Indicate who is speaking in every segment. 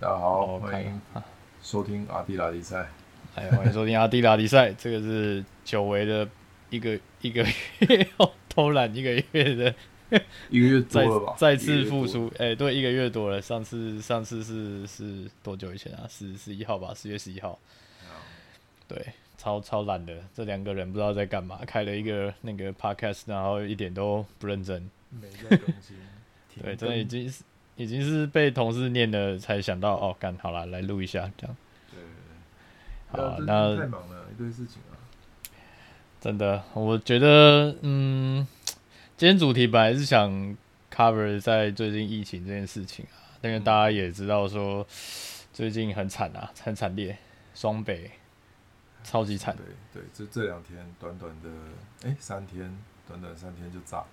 Speaker 1: 大家好，
Speaker 2: 哦
Speaker 1: 欢
Speaker 2: 开
Speaker 1: 迎
Speaker 2: 了
Speaker 1: 收听阿迪拉迪赛。
Speaker 2: 哎，欢迎收听阿迪拉比赛，这个是久违的一个一个月 后偷懒一个月的
Speaker 1: 一个月多
Speaker 2: 再
Speaker 1: 了吧？
Speaker 2: 再次复
Speaker 1: 付出。
Speaker 2: 苏，哎、对，一个月多了。上次上次是是多久以前啊？十十一号吧，十月十一号。对，超超懒的，这两个人不知道在干嘛，开了一个那个 podcast，然后一点都不认真。。
Speaker 1: 没在更新
Speaker 2: 对，真的已经是已经是被同事念了，才想到哦，干好啦，来录一下这样。
Speaker 1: 对。
Speaker 2: 好啊
Speaker 1: 对对
Speaker 2: 那
Speaker 1: 太忙了，一堆事情啊。
Speaker 2: 真的，我觉得，嗯，今天主题本来是想 cover 在最近疫情这件事情啊，但是大家也知道说，最近很惨啊，很惨烈，双北超级惨
Speaker 1: 对，对，这这两天短短的哎三天，短短三天就炸了。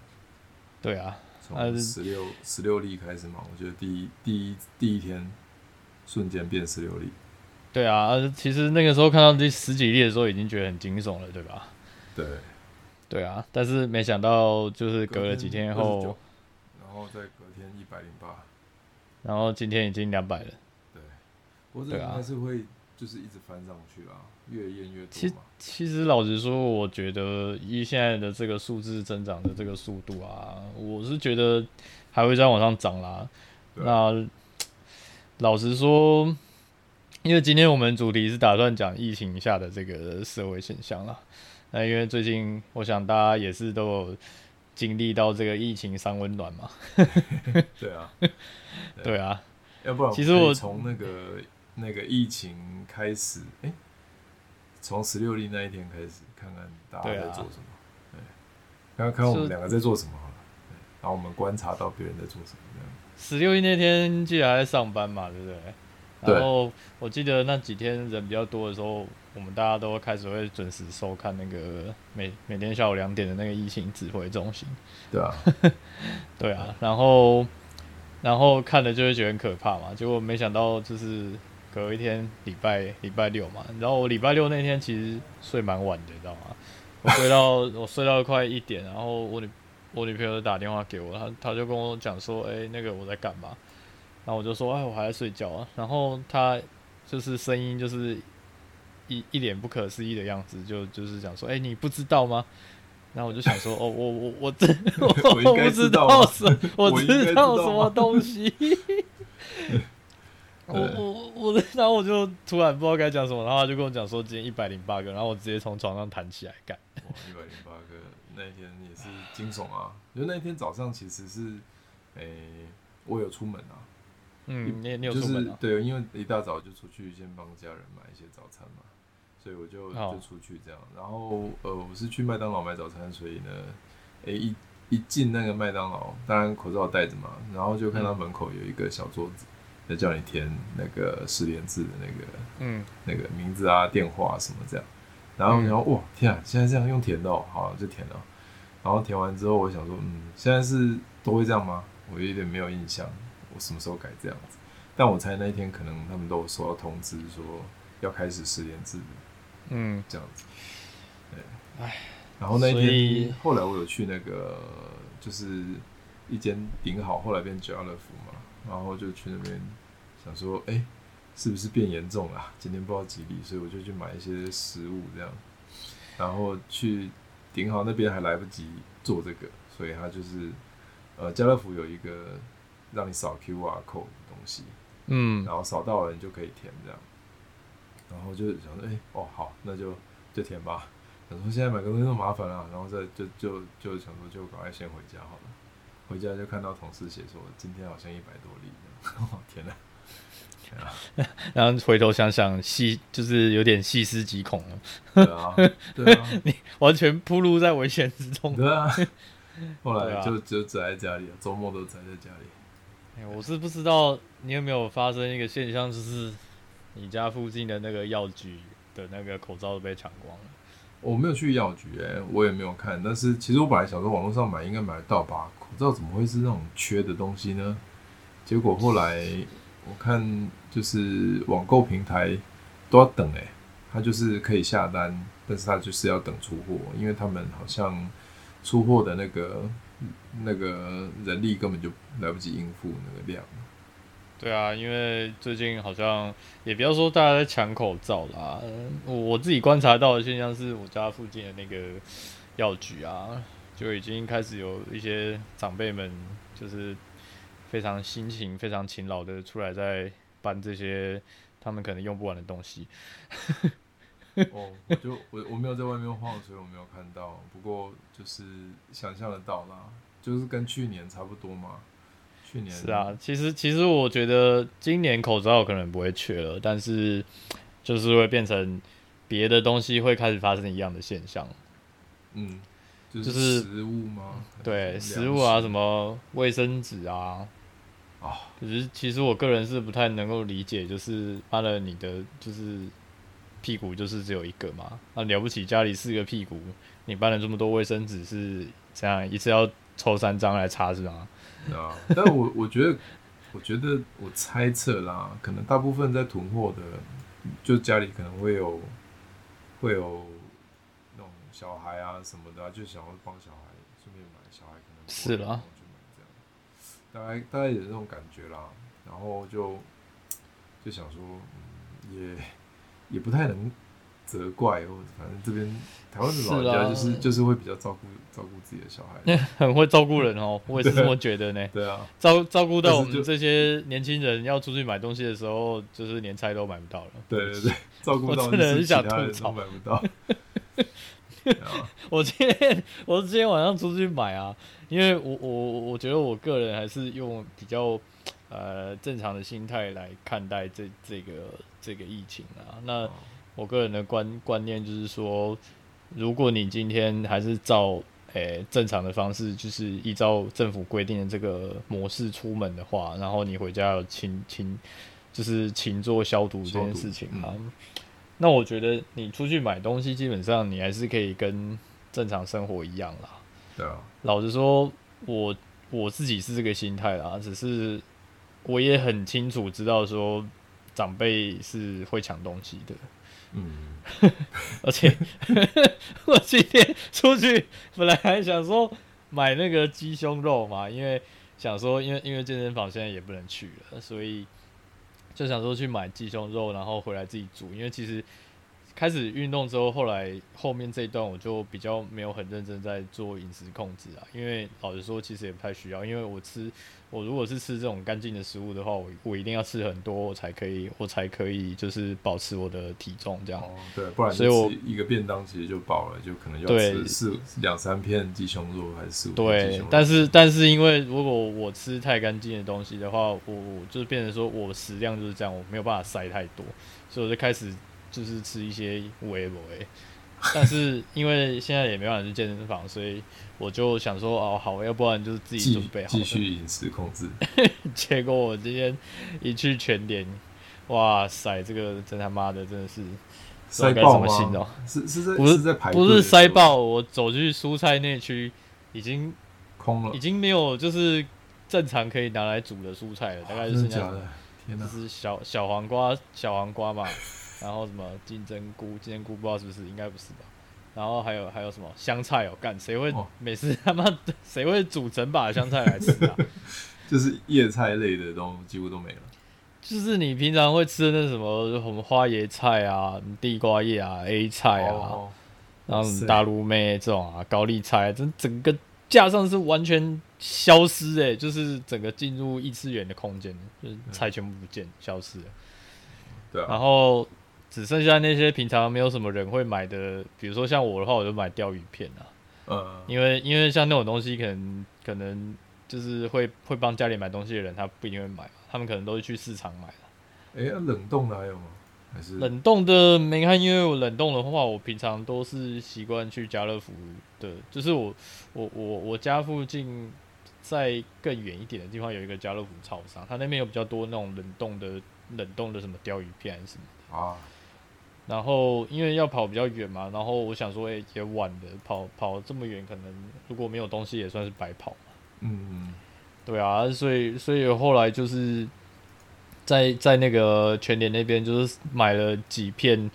Speaker 2: 对啊，啊
Speaker 1: 从十六十六例开始嘛，我觉得第一第一第一天瞬间变十六例。
Speaker 2: 对啊，啊其实那个时候看到第十几例的时候已经觉得很惊悚了，对吧？
Speaker 1: 对，
Speaker 2: 对啊，但是没想到就是隔了几天
Speaker 1: 29
Speaker 2: 后，，
Speaker 1: 然后再隔天一百零八。
Speaker 2: 然后今天已经两百了。
Speaker 1: 对，不过这
Speaker 2: 对
Speaker 1: 个
Speaker 2: 啊
Speaker 1: 还是会就是一直翻上去啦，越验越多
Speaker 2: 其实
Speaker 1: 嘛。
Speaker 2: 其实老实说，我觉得以现在的这个数字增长的这个速度啊，我是觉得还会再往上涨啦。
Speaker 1: 对啊
Speaker 2: 那老实说，因为今天我们主题是打算讲疫情下的这个社会现象啦。那因为最近，我想大家也是都有经历到这个疫情三温暖嘛。
Speaker 1: 对啊，对
Speaker 2: 对啊，
Speaker 1: 要不然
Speaker 2: 其实我
Speaker 1: 可以从那个那个疫情开始，哎、从十六例那一天开始，看看大家
Speaker 2: 对啊
Speaker 1: 在做什么。对，看看看我
Speaker 2: 就
Speaker 1: 们两个在做什么好了。对然后我们观察到别人在做什么，这样
Speaker 2: 十六一那天记得还在上班嘛，对不对？
Speaker 1: 对
Speaker 2: 然后我记得那几天人比较多的时候，我们大家都开始会准时收看那个每每天下午两点的那个疫情指挥中心。
Speaker 1: 对啊，
Speaker 2: 对啊，然后然后看了就会觉得很可怕嘛，结果没想到就是隔一天礼拜礼拜六嘛，然后我礼拜六那天其实睡蛮晚的，你知道吗？我睡到 我睡到快一点，然后我女我女朋友就打电话给我，她她就跟我讲说，哎、那个我在干嘛？然后我就说，哎，我还在睡觉啊。然后她就是声音就是一一脸不可思议的样子，就就是讲说，哎、你不知道吗？然后我就想说，哦，我我我真 我
Speaker 1: 我应该
Speaker 2: 不
Speaker 1: 知道
Speaker 2: 道
Speaker 1: 吗
Speaker 2: 什，我
Speaker 1: 我应该
Speaker 2: 知
Speaker 1: 知道啊
Speaker 2: 道什么
Speaker 1: 吗
Speaker 2: 东西。我我我的，然后我就突然不知道该讲什么，然后他就跟我讲说今天一百零八个，然后我直接从床上弹起来干。嗯
Speaker 1: 哇，一百零八个那一天也是惊悚啊！因为那一天早上其实是，诶、我有出门啊，
Speaker 2: 嗯，你也你有
Speaker 1: 就
Speaker 2: 出
Speaker 1: 是
Speaker 2: 门啊？
Speaker 1: 对，因为一大早就出去，先帮家人买一些早餐嘛，所以我就
Speaker 2: 哦
Speaker 1: 就出去这样。然后呃，我是去麦当劳买早餐，所以呢，诶、一一进那个麦当劳，当然口罩戴着嘛，然后就看
Speaker 2: 嗯
Speaker 1: 到门口有一个小桌子，在叫你填那个十连字的那个
Speaker 2: 嗯，
Speaker 1: 那个名字啊、电话什么这样。然后
Speaker 2: 嗯
Speaker 1: 然后哇，天啊，现在这样用填的、哦，好就填了。然后填完之后，我想说，嗯，现在是都会这样吗？我有点没有印象，我什么时候改这样子？但我猜那一天可能他们都有收到通知说要开始十连制
Speaker 2: 嗯，
Speaker 1: 这样子。对，
Speaker 2: 唉
Speaker 1: 然后那一
Speaker 2: 所以
Speaker 1: 天后来我有去那个就是一间顶好，后来变家乐福嘛，然后就去那边想说，哎、是不是变严重了、啊今天不知道几例，所以我就去买一些食物这样，然后去顶好那边还来不及做这个，所以他就是呃家乐福有一个让你扫 QR code 的东西，
Speaker 2: 嗯，
Speaker 1: 然后扫到了你就可以填这样。然后就想说，哎、哦，好，那就就填吧。想说现在买个东西那么麻烦啊，然后再就就就想说就赶快先回家好了。回家就看到同事写说今天好像一百多例这样， 哦天哪！
Speaker 2: 然后回头想想，细就是有点细思极恐了，
Speaker 1: 对 啊，对啊，
Speaker 2: 完全暴露在危险之中。
Speaker 1: 对啊。后
Speaker 2: 对
Speaker 1: 来
Speaker 2: 啊
Speaker 1: 就就宅在家里了，周末都宅在家里。
Speaker 2: 哎我是不知道你有没有发生一个现象，就是你家附近的那个药局的那个口罩都被抢光了。
Speaker 1: 我没有去药局、欸，我也没有看。但是其实我本来想说网络上买应该买得到吧，口罩怎么会是那种缺的东西呢？结果后来我看就是网购平台都要等哎、欸，它就是可以下单，但是它就是要等出货，因为他们好像出货的那个那个人力根本就来不及应付那个量，
Speaker 2: 对啊，因为最近好像也不要说大家在抢口罩啦，嗯我我自己观察到的现象是我家附近的那个药局啊，就已经开始有一些长辈们就是非常辛勤、非常勤劳的出来在搬这些他们可能用不完的东西。
Speaker 1: 哦，我就我我没有在外面晃，所以我没有看到。不过就是想象得到啦，就是跟去年差不多嘛。去年
Speaker 2: 是啊，，其实其实我觉得今年口罩可能不会缺了，但是就是会变成别的东西会开始发生一样的现象。
Speaker 1: 嗯，就
Speaker 2: 就是
Speaker 1: 是食物吗？
Speaker 2: 对，
Speaker 1: 还是
Speaker 2: 食物啊，
Speaker 1: 粮
Speaker 2: 什么卫生纸啊，
Speaker 1: 啊，
Speaker 2: 可是其实我个人是不太能够理解，就是妈的，你的就是屁股就是只有一个嘛，啊了不起家里四个屁股，你搬了这么多卫生纸是这样一次要抽三张来擦是吗？
Speaker 1: 食啊？但我我觉得，我觉得我猜测啦，可能大部分在囤货的，就家里可能会有会有那种小孩啊什么的、啊，就想要帮小孩顺便买，小孩可能不会
Speaker 2: 是
Speaker 1: 然
Speaker 2: 啦
Speaker 1: 后就买这样，大概大概有这种感觉啦。然后就就想说，嗯、也也不太能责怪，或者反正这边台湾的老人家就是是
Speaker 2: 啦
Speaker 1: 就是会比较照顾照顾自己的小孩，
Speaker 2: 很会照顾人哦，我也是这么觉得呢。
Speaker 1: 对啊，
Speaker 2: 照照顾到我
Speaker 1: 但是
Speaker 2: 们
Speaker 1: 就
Speaker 2: 这些年轻人要出去买东西的时候，就是连菜都买不到了。
Speaker 1: 对对 对，照顾到
Speaker 2: 我真的
Speaker 1: 就是
Speaker 2: 很
Speaker 1: 其
Speaker 2: 想
Speaker 1: 他人
Speaker 2: 吐槽
Speaker 1: 都买不 到。对啊
Speaker 2: 我今天我今天晚上出去买啊，因为我我我觉得我个人还是用比较呃正常的心态来看待这这个这个疫情啊。那我个人的观观念就是说，如果你今天还是照诶、正常的方式，就是依照政府规定的这个模式出门的话，然后你回家有勤勤就是勤做消毒这件事情啊。那我觉得你出去买东西，基本上你还是可以跟正常生活一样啦。
Speaker 1: 对啊，
Speaker 2: 老实说，我我自己是这个心态啦，只是我也很清楚知道说长辈是会抢东西的，
Speaker 1: 嗯，
Speaker 2: 而且 我今天出去本来还想说买那个鸡胸肉嘛，因为想说因为因为健身房现在也不能去了，所以就想说去买鸡胸肉，然后回来自己煮，因为其实。开始运动之后，后来后面这一段我就比较没有很认真在做饮食控制啊，因为老实说，其实也不太需要，因为我吃我如果是吃这种干净的食物的话，我我一定要吃很多，我才可以我才可以就是保持我的体重这样。
Speaker 1: 哦，对，不然
Speaker 2: 所以我
Speaker 1: 就吃一个便当其实就饱了，就可能要
Speaker 2: 对
Speaker 1: 吃四两三片鸡胸肉还是四五片鸡
Speaker 2: 对
Speaker 1: 胸肉，
Speaker 2: 但是但是因为如果我吃太干净的东西的话，我我就是变成说我食量就是这样，我没有办法塞太多，所以我就开始就是吃一些微博诶。但是因为现在也没办法去健身房，所以我就想说哦好，要不然就是自己准
Speaker 1: 继
Speaker 2: 备好
Speaker 1: 继
Speaker 2: 了。
Speaker 1: 续饮食控制，
Speaker 2: 结果我今天一去全点，哇塞，这个真他妈的真的是不知道
Speaker 1: 塞
Speaker 2: 该怎
Speaker 1: 爆
Speaker 2: 么形容
Speaker 1: 吗？，是是在
Speaker 2: 不是
Speaker 1: 在排队
Speaker 2: 不
Speaker 1: 的
Speaker 2: 是
Speaker 1: 时候
Speaker 2: 塞爆，我走去蔬菜那区已经
Speaker 1: 空了
Speaker 2: 已，经没有就是正常可以拿来煮的蔬菜了，大概
Speaker 1: 啊
Speaker 2: 就
Speaker 1: 真
Speaker 2: 是
Speaker 1: 的
Speaker 2: 那
Speaker 1: 假
Speaker 2: 样，
Speaker 1: 的？天
Speaker 2: 就
Speaker 1: 哪！
Speaker 2: 是小小黄瓜、小黄瓜嘛， 然后什么金针菇、金针菇不知道是不是，应该不是吧？然后还有还有什么香菜哦，干谁会
Speaker 1: 哦
Speaker 2: 每次他妈 谁会煮整把的香菜来吃啊？
Speaker 1: 就是叶菜类的都几乎都没了。
Speaker 2: 就是你平常会吃的那什么什么花椰菜啊、地瓜叶啊、A 菜啊，
Speaker 1: 哦，
Speaker 2: 然
Speaker 1: 哇
Speaker 2: 后什
Speaker 1: 塞
Speaker 2: 么大陆妹这种啊、高丽菜，这整个架上是完全消失诶、就是整个进入异次元的空间，就是菜全部不见，消失了。
Speaker 1: 对
Speaker 2: 然
Speaker 1: 啊，
Speaker 2: 后只剩下那些平常没有什么人会买的，比如说像我的话，我就买钓鱼片啊，
Speaker 1: 呃，
Speaker 2: 因为因为像那种东西，可能可能就是会会帮家里买东西的人，他不一定会买嘛，他们可能都是去市场买。
Speaker 1: 哎，那冷冻的还有吗？还是
Speaker 2: 冷冻的没看，因为我冷冻的话，我平常都是习惯去家乐福的，就是我我我我家附近在更远一点的地方有一个家乐福超商，它那边有比较多那种冷冻的冷冻的什么鲷鱼片还是什么。
Speaker 1: 啊？
Speaker 2: 然后因为要跑比较远嘛，然后我想说，哎、也晚了，跑跑这么远，可能如果没有东西也算是白跑。
Speaker 1: 嗯，
Speaker 2: 对啊，所以所以后来就是在在那个全联那边，就是买了几片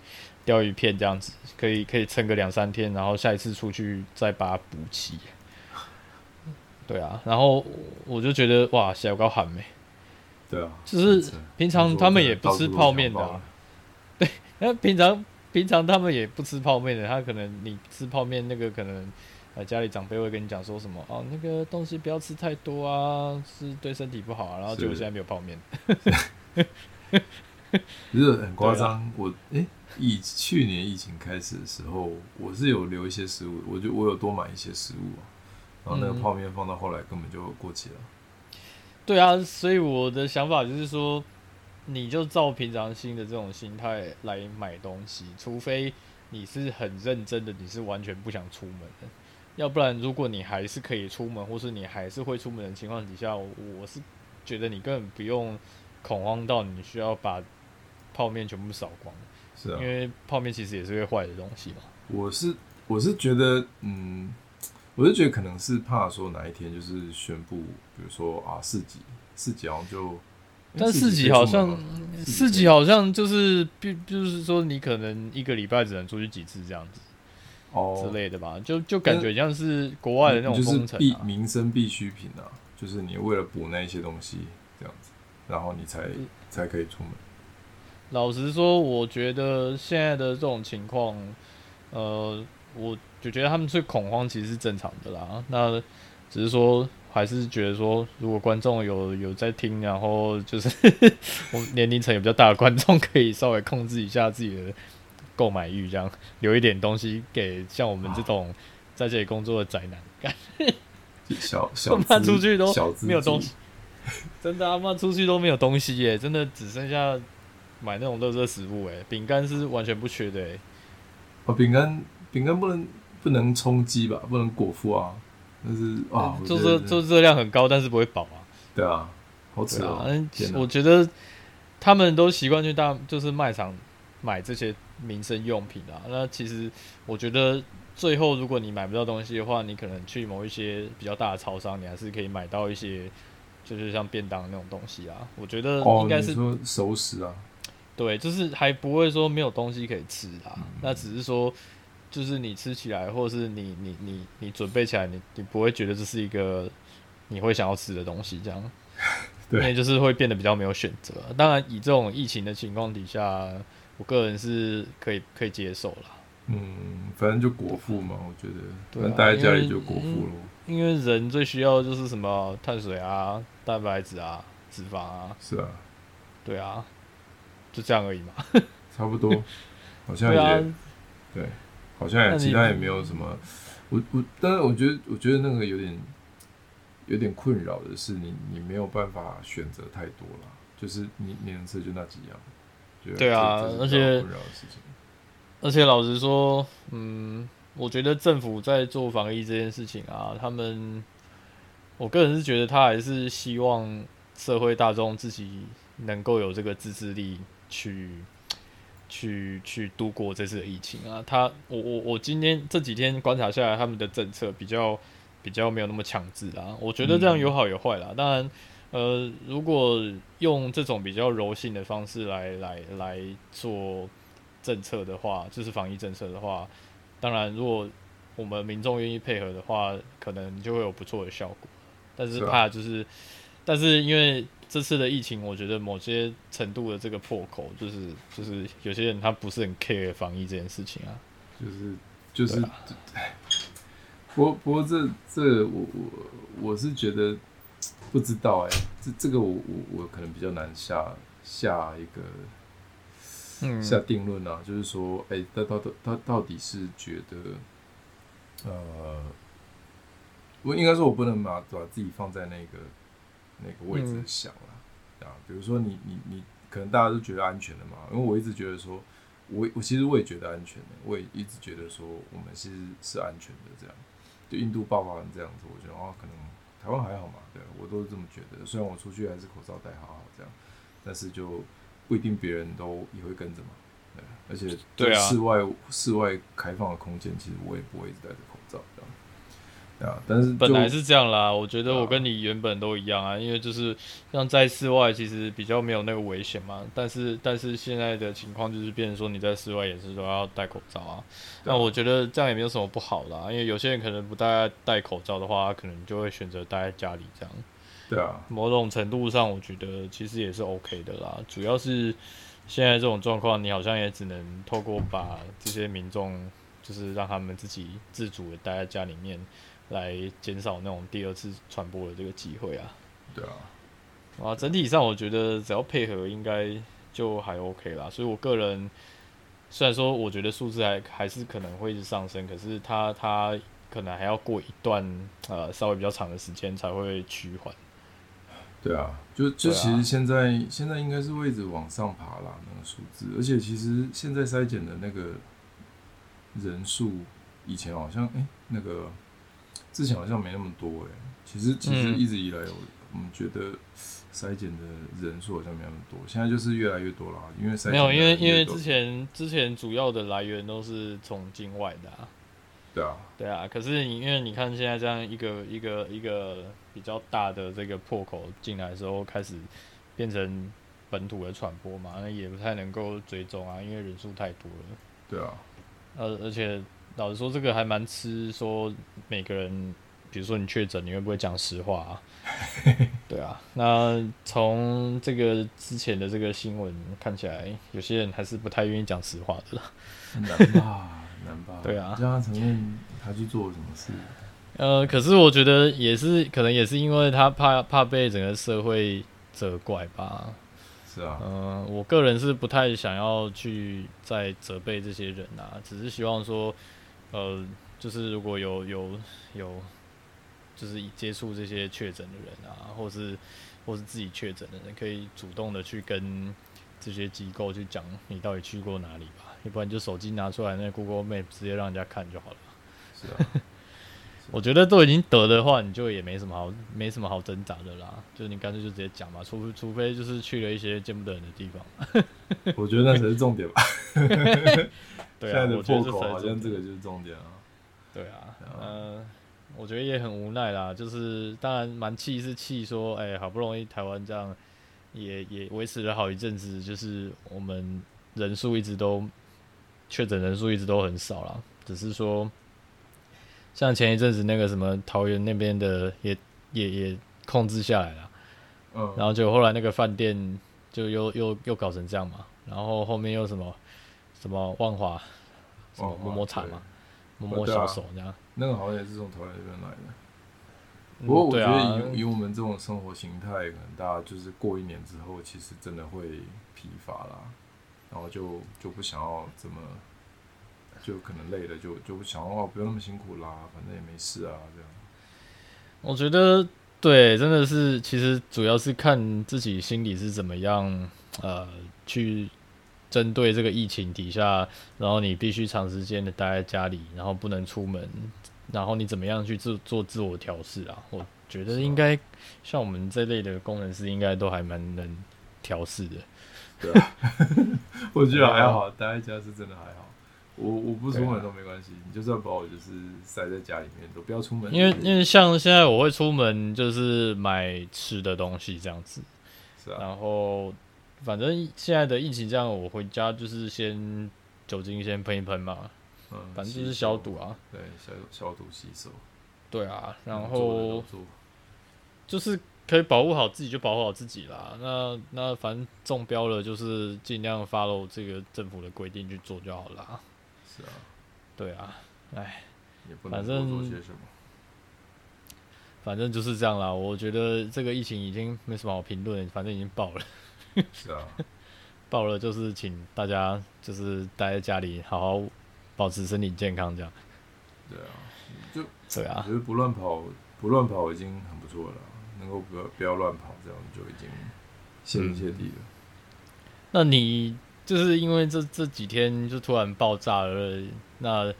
Speaker 2: 鲷鱼片这样子，可以可以撑个两三天，然后下一次出去再把它补齐。对啊，然后我就觉得哇，小高喊没，
Speaker 1: 对啊，
Speaker 2: 就是
Speaker 1: 真的
Speaker 2: 平常他们也不吃泡面的、啊，那平常平常他们也不吃泡面的，他可能你吃泡面那个可能，呃，家里长辈会跟你讲说什么哦，那个东西不要吃太多啊，是对身体不好、啊。然后
Speaker 1: 是
Speaker 2: 结果现在没有泡面，
Speaker 1: 只是很夸张。我诶，疫去年疫情开始的时候，我是有留一些食物，我就我有多买一些食物啊。然后那个
Speaker 2: 嗯
Speaker 1: 泡面放到后来根本就过期了。
Speaker 2: 对啊，所以我的想法就是说，你就照平常心的这种心态来买东西，除非你是很认真的，你是完全不想出门的。要不然，如果你还是可以出门，或是你还是会出门的情况底下，我我是觉得你根本不用恐慌到你需要把泡面全部扫光，
Speaker 1: 是啊
Speaker 2: 因，为泡面其实也是会坏的东西嘛。
Speaker 1: 我是我是觉得，嗯，我是觉得可能是怕说哪一天就是宣布，比如说啊四级，四级好像就，
Speaker 2: 但四级
Speaker 1: 可以
Speaker 2: 好
Speaker 1: 出门
Speaker 2: 像
Speaker 1: 吗
Speaker 2: 四级好像就是，就就是说你可能一个礼拜只能出去几次这样子。
Speaker 1: 哦
Speaker 2: 之类的吧，就就感觉像是国外的那种
Speaker 1: 就是
Speaker 2: 封城
Speaker 1: 必
Speaker 2: 啊，
Speaker 1: 民生必需品啊，就是你为了补那一些东西这样子，然后你才、
Speaker 2: 嗯
Speaker 1: 才可以出门。
Speaker 2: 老实说，我觉得现在的这种情况，呃，我就觉得他们最恐慌其实是正常的啦。那只是说，还是觉得说，如果观众有有在听，然后就是 我们年龄层也比较大的观众，可以稍微控制一下自己的购买欲，这样留一点东西给像我们这种在这里工作的宅男。
Speaker 1: 小小
Speaker 2: 我怕
Speaker 1: 资
Speaker 2: 出去都
Speaker 1: 小资
Speaker 2: 没有
Speaker 1: 族
Speaker 2: 东西， 真的他、妈出去都没有东西耶，真的只剩下买那种垃圾食物哎，饼干是完全不缺的哎。
Speaker 1: 哦，饼干饼干不能不能充饥吧，不能果腹啊，但
Speaker 2: 嗯
Speaker 1: 是啊，
Speaker 2: 就
Speaker 1: 我
Speaker 2: 热
Speaker 1: 觉得
Speaker 2: 就热量很高，但是不会饱啊。
Speaker 1: 对啊，好吃
Speaker 2: 对
Speaker 1: 哦
Speaker 2: 啊，，嗯
Speaker 1: 天，哪
Speaker 2: 我觉得他们都习惯去大就是卖场买这些民生用品啊。那其实我觉得最后如果你买不到东西的话，你可能去某一些比较大的超商，你还是可以买到一些就是像便当那种东西啊。我觉得
Speaker 1: 哦
Speaker 2: 应，该
Speaker 1: 你
Speaker 2: 是
Speaker 1: 说熟食啊，
Speaker 2: 对，就是还不会说没有东西可以吃啦，
Speaker 1: 嗯
Speaker 2: 那只是说，就是你吃起来，或者是你你你你准备起来，你你不会觉得这是一个你会想要吃的东西，这样，
Speaker 1: 对
Speaker 2: 因为就是会变得比较没有选择。当然，以这种疫情的情况底下，我个人是可以可以接受啦，
Speaker 1: 嗯，反正就果腹嘛，我觉得，反
Speaker 2: 对啊
Speaker 1: 正待在家
Speaker 2: 因为嗯
Speaker 1: 里就果腹咯。
Speaker 2: 因为人最需要就是什么碳水啊、蛋白质啊、脂肪啊，
Speaker 1: 是啊，
Speaker 2: 对啊，就这样而已嘛，
Speaker 1: 差不 多，好像
Speaker 2: 对
Speaker 1: 也、
Speaker 2: 啊，
Speaker 1: 对，好像
Speaker 2: 那
Speaker 1: 也
Speaker 2: 你
Speaker 1: 其他也没有什么。我我，但是我觉得，我觉得那个有点有点困扰的是你，你没有办法选择太多啦，就是你你能吃就那几样。觉得
Speaker 2: 对啊
Speaker 1: 这这是
Speaker 2: 而且
Speaker 1: 比较困扰的事情。
Speaker 2: 而且老实说，嗯，我觉得政府在做防疫这件事情啊，他们，我个人是觉得他还是希望社会大众自己能够有这个自制力去。去去度过这次的疫情啊！他我我我今天这几天观察下来，他们的政策比较比较没有那么强制啊。我觉得这样有好有坏啦。当然，呃，如果用这种比较柔性的方式来来来做政策的话，就是防疫政策的话，当然如果我们民众愿意配合的话，可能就会有不错的效果。但是
Speaker 1: 是啊
Speaker 2: 怕就是，但是因为这次的疫情，我觉得某些程度的这个破口，就是就是有些人他不是很 care 防疫这件事情啊。
Speaker 1: 就是就是
Speaker 2: 对，啊
Speaker 1: 唉不过不过这这我我我是觉得不知道哎、这这个我我我可能比较难下下一个
Speaker 2: 嗯，
Speaker 1: 下定论啊，就是说，哎、他到到他到底是觉得，呃，我应该说我不能把把自己放在那个那个位置
Speaker 2: 嗯
Speaker 1: 想了、啊，比如说你你你，可能大家都觉得安全了嘛，因为我一直觉得说，我我其实我也觉得安全的，我也一直觉得说我们是是安全的这样，就印度爆发成这样子，我觉得哦，可能台湾还好嘛，对我都是这么觉得，虽然我出去还是口罩戴好好这样，但是就不一定别人都也会跟着嘛。对，而且
Speaker 2: 对啊
Speaker 1: 室外室外开放的空间，其实我也不会一直戴着口罩这样。对啊，但是就
Speaker 2: 本来是这样啦，我觉得
Speaker 1: 对啊
Speaker 2: 我跟你原本都一样啊，因为就是像在室外其实比较没有那个危险嘛，但是但是现在的情况就是变成说你在室外也是都要戴口罩啊，
Speaker 1: 对啊
Speaker 2: 那我觉得这样也没有什么不好啦，因为有些人可能不戴戴口罩的话，他可能就会选择待在家里这样，
Speaker 1: 对啊，
Speaker 2: 某种程度上，我觉得其实也是 OK 的啦。主要是现在这种状况，你好像也只能透过把这些民众，就是让他们自己自主的待在家里面，来减少那种第二次传播的这个机会啊。
Speaker 1: 对啊，
Speaker 2: 啊，整体上我觉得只要配合，应该就还 OK 啦。所以我个人虽然说我觉得数字还还是可能会一直上升，可是它它可能还要过一段呃稍微比较长的时间才会趋缓。
Speaker 1: 对啊，就就
Speaker 2: 对啊
Speaker 1: 其实现在、现在应该是位置往上爬啦，那个数字，而且其实现在筛检的那个人数，以前好像哎、诶那个之前好像没那么多哎、其实其实
Speaker 2: 嗯
Speaker 1: 一直以来我我们觉得筛检的人数好像没那么多，现在就是越来越多啦，因为筛检
Speaker 2: 没有，因为
Speaker 1: 的人
Speaker 2: 因
Speaker 1: 越
Speaker 2: 为
Speaker 1: 多
Speaker 2: 之前之前主要的来源都是从境外的、啊，
Speaker 1: 对啊，
Speaker 2: 对啊。可是你因为你看现在这样一个一个一个比较大的这个破口进来之后，开始变成本土的传播嘛，那也不太能够追踪啊，因为人数太多了。
Speaker 1: 对啊，
Speaker 2: 呃，而且老实说，这个还蛮吃说每个人，比如说你确诊，你会不会讲实话 啊？对啊，那从这个之前的这个新闻看起来，有些人还是不太愿意讲实话的啦。
Speaker 1: 很难吧 难吧，
Speaker 2: 对啊
Speaker 1: 让他承认他去做了什么事，
Speaker 2: 呃，可是我觉得也是，可能也是因为他怕怕被整个社会责怪吧。
Speaker 1: 是啊，
Speaker 2: 嗯、我个人是不太想要去再责备这些人啊，只是希望说，呃，就是如果有有有，就是接触这些确诊的人啊，或是或是自己确诊的人，可以主动的去跟这些机构去讲你到底去过哪里吧，要不然就手机拿出来那 Google Map 直接让人家看就好了。
Speaker 1: 是啊，
Speaker 2: 我觉得都已经得的话，你就也没什么好没什么好挣扎的啦，就你干脆就直接讲嘛，除非除非就是去了一些见不得人的地方。
Speaker 1: 我觉得那才是重点吧。
Speaker 2: 对
Speaker 1: 现
Speaker 2: 啊，
Speaker 1: 在的
Speaker 2: 我
Speaker 1: 破
Speaker 2: 觉得这
Speaker 1: 口
Speaker 2: 才
Speaker 1: 好
Speaker 2: 是
Speaker 1: 像这个就是重点啊。
Speaker 2: 对啊
Speaker 1: 对啊，
Speaker 2: 呃，我觉得也很无奈啦，就是当然蛮气是气说，哎、好不容易台湾这样也也维持了好一阵子，就是我们人数一直都确诊人数一直都很少啦，只是说像前一阵子那个什么桃园那边的也也也控制下来了。
Speaker 1: 嗯，
Speaker 2: 然后就后来那个饭店就又又又搞成这样嘛，然后后面又什么什么万华，什么
Speaker 1: 万华
Speaker 2: 摸摸茶嘛，摸摸
Speaker 1: 对啊
Speaker 2: 小手这样。
Speaker 1: 那个好像也是从台湾那边来的。嗯
Speaker 2: 嗯
Speaker 1: 不过我
Speaker 2: 对
Speaker 1: 觉
Speaker 2: 啊
Speaker 1: 得以以我们这种生活形态，可能大家就是过一年之后，其实真的会疲乏啦，然后就就不想要怎么，就可能累了就就不想要哦不用那么辛苦啦，反正也没事啊，这样。
Speaker 2: 我觉得对，真的是，其实主要是看自己心里是怎么样，呃，去针对这个疫情底下，然后你必须长时间的待在家里，然后不能出门，然后你怎么样去自做自我调试啊？我觉得
Speaker 1: 是啊
Speaker 2: 应该像我们这类的工程师，应该都还蛮能调试的。
Speaker 1: 我觉得还好，待在家是真的还好。我我不出门都没关系，你就算把我就是塞在家里面，都不要出门。
Speaker 2: 因为因为像现在我会出门，就是买吃的东西这样子，
Speaker 1: 是啊，
Speaker 2: 然后反正现在的疫情这样，我回家就是先酒精先喷一喷嘛，
Speaker 1: 嗯，
Speaker 2: 反正就
Speaker 1: 吸
Speaker 2: 是
Speaker 1: 收
Speaker 2: 消毒，啊，
Speaker 1: 对，消消毒洗手，
Speaker 2: 对啊，然
Speaker 1: 能嗯做的都
Speaker 2: 后
Speaker 1: 做
Speaker 2: 就是可以保护好自己就保护好自己啦。那那反正中标了，就是尽量 follow 这个政府的规定去做就好啦。
Speaker 1: 是啊。
Speaker 2: 对啊，
Speaker 1: 也不能
Speaker 2: 反
Speaker 1: 多
Speaker 2: 正
Speaker 1: 做些什么。
Speaker 2: 反正就是这样啦。我觉得这个疫情已经没什么好评论，反正已经爆了。
Speaker 1: 是啊，
Speaker 2: 爆了，就是请大家就是待在家里，好好保持身体健康，这样。
Speaker 1: 对啊，就
Speaker 2: 对
Speaker 1: 我
Speaker 2: 啊
Speaker 1: 觉，得不乱跑，不乱跑已经很不错了啦，能够不要不要乱跑，这样就已经谢
Speaker 2: 嗯
Speaker 1: 天谢地了。
Speaker 2: 那你就是因为这这几天就突然爆炸了，那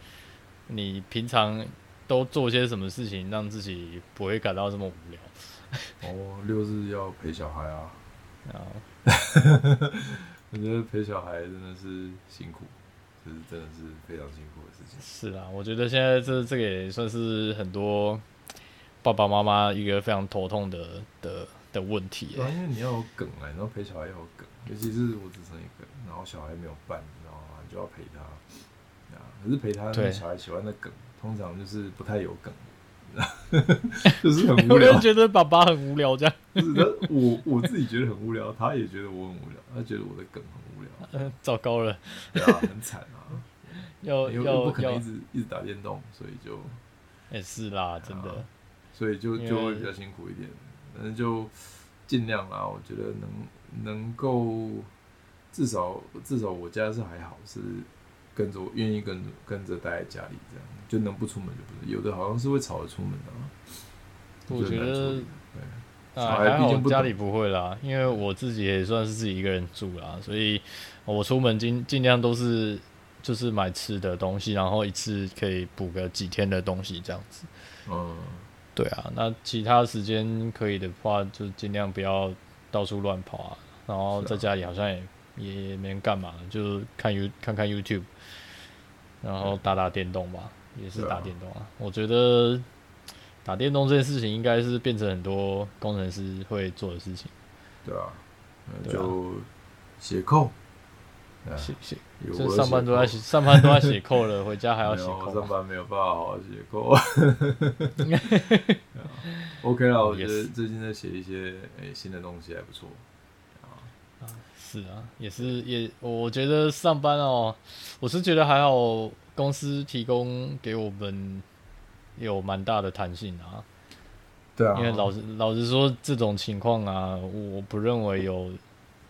Speaker 2: 你平常都做些什么事情让自己不会感到这么无聊
Speaker 1: 哦，六日要陪小孩啊，
Speaker 2: 啊？
Speaker 1: 我觉得陪小孩真的是辛苦，这是真的是非常辛苦的事情。
Speaker 2: 是啊，我觉得现在这这个也算是很多爸爸妈妈一个非常头痛的的的问题耶、
Speaker 1: 对啊，因为你要有梗啊，你要陪小孩要有梗，尤其是我只剩一个，然后小孩没有伴，你知道吗？你就要陪他。啊，可是陪他，
Speaker 2: 对
Speaker 1: 小孩喜欢的梗，通常就是不太有梗。就是很无
Speaker 2: 有
Speaker 1: 聊
Speaker 2: 人。觉得爸爸很无聊这样，
Speaker 1: 就是他我我自己觉得很无聊，他也觉得我很无聊，他觉得我的梗很无聊，
Speaker 2: 嗯，糟糕了，
Speaker 1: 对啊，很惨啊。
Speaker 2: 要
Speaker 1: 又又不
Speaker 2: 要
Speaker 1: 可能一
Speaker 2: 要，
Speaker 1: 直一直打电动，所以就
Speaker 2: 也是啦，真的
Speaker 1: 啊，所以就
Speaker 2: 因为
Speaker 1: 就会比较辛苦一点，反正就尽量啦。我觉得能能够至少至少我家是还好，是跟着我愿意跟跟着待在家里这样，就能不出门就不出。有的好像是会吵着出门的、啊，
Speaker 2: 我
Speaker 1: 就很
Speaker 2: 觉
Speaker 1: 难处
Speaker 2: 得
Speaker 1: 理对
Speaker 2: 啊，
Speaker 1: 小孩
Speaker 2: 还
Speaker 1: 毕
Speaker 2: 好
Speaker 1: 竟不
Speaker 2: 家
Speaker 1: 懂
Speaker 2: 里不会啦，因为我自己也算是自己一个人住啦，所以我出门尽尽量都是就是买吃的东西，然后一次可以补个几天的东西这样子。
Speaker 1: 嗯，
Speaker 2: 对啊，那其他时间可以的话，就尽量不要到处乱跑啊，然后
Speaker 1: 是啊
Speaker 2: 在家里好像也、也也没人干嘛，就看 You 看看 YouTube，然后打打电动吧，也
Speaker 1: 嗯
Speaker 2: 是
Speaker 1: 对啊
Speaker 2: 打电动啊。我觉得打电动这件事情应该是变成很多工程师会做的事情。
Speaker 1: 对啊，那
Speaker 2: 对啊
Speaker 1: 就写扣，对啊
Speaker 2: 写写，
Speaker 1: 有
Speaker 2: 这
Speaker 1: 我有
Speaker 2: 上班
Speaker 1: 写
Speaker 2: 都在
Speaker 1: 扣
Speaker 2: 写，上班都在写扣了，回家还要
Speaker 1: 没
Speaker 2: 写
Speaker 1: 有我
Speaker 2: 扣
Speaker 1: 上
Speaker 2: 啊。
Speaker 1: 班没有办法好好写过。OK 啦，我觉得
Speaker 2: Yes
Speaker 1: 最近在写一些诶、新的东西还不错。
Speaker 2: 是啊，也是也，我觉得上班哦，我是觉得还好，公司提供给我们有蛮大的弹性啊。
Speaker 1: 对啊
Speaker 2: 因为老实老实说，这种情况啊，我不认为有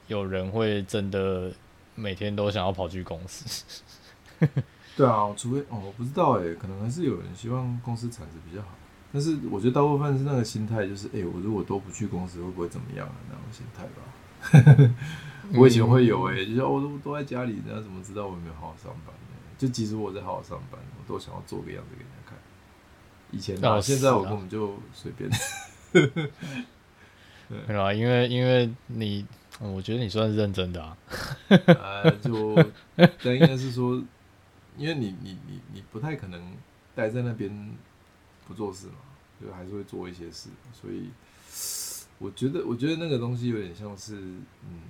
Speaker 2: 有人会真的每天都想要跑去公司。
Speaker 1: 对啊，除非哦，我不知道诶、可能还是有人希望公司产值比较好。但是我觉得大部分是那个心态，就是诶、我如果都不去公司，会不会怎么样啊？那种心态吧。 嗯我以前会有诶、就是、哦、我都都在家里，人家怎么知道我有没有好好上班呢？就即使我在好好上班，我都想要做个样子给人家看。以前啊，
Speaker 2: 哦
Speaker 1: 现在
Speaker 2: 是
Speaker 1: 我
Speaker 2: 啊
Speaker 1: 根本就随便。
Speaker 2: 对啊，因为因为你，嗯我觉得你算是认真的啊。
Speaker 1: 呃，就但应该是说，因为你你你你不太可能待在那边不做事嘛，就还是会做一些事，所以我觉得我觉得那个东西有点像是嗯，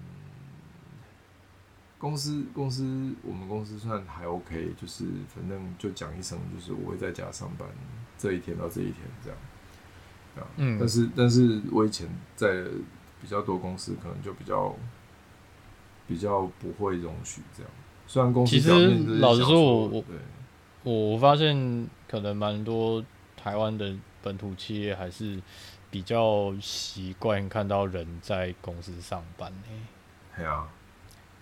Speaker 1: 公司公司我们公司算还 OK，就是反正就讲一声，就是我会在家上班这一天到这一天这样。啊
Speaker 2: 嗯
Speaker 1: 但是但是我以前在比较多公司，可能就比较比较不会容许这样。虽然公司
Speaker 2: 其实
Speaker 1: 表面就是
Speaker 2: 老实
Speaker 1: 想
Speaker 2: 说我我
Speaker 1: 对
Speaker 2: 我发现可能蛮多台湾的本土企业还是比较习惯看到人在公司上班、欸、
Speaker 1: 嘿啊，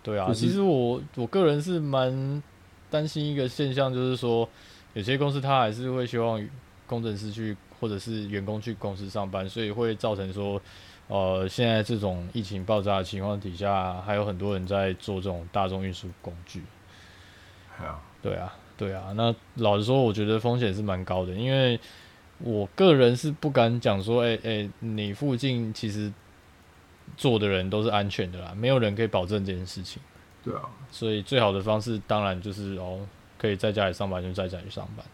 Speaker 2: 对啊，
Speaker 1: 就是
Speaker 2: 其实我我个人是蛮担心一个现象，就是说有些公司它还是会希望工程师去或者是员工去公司上班，所以会造成说，呃，现在这种疫情爆炸的情况底下，还有很多人在做这种大众运输工具。
Speaker 1: 嘿啊，
Speaker 2: 对啊，对啊。那老实说，我觉得风险是蛮高的，因为我个人是不敢讲说，哎、哎、你附近其实坐的人都是安全的啦，没有人可以保证这件事情。
Speaker 1: 对啊，
Speaker 2: 所以最好的方式当然就是哦，可以在家里上班就在家里上班。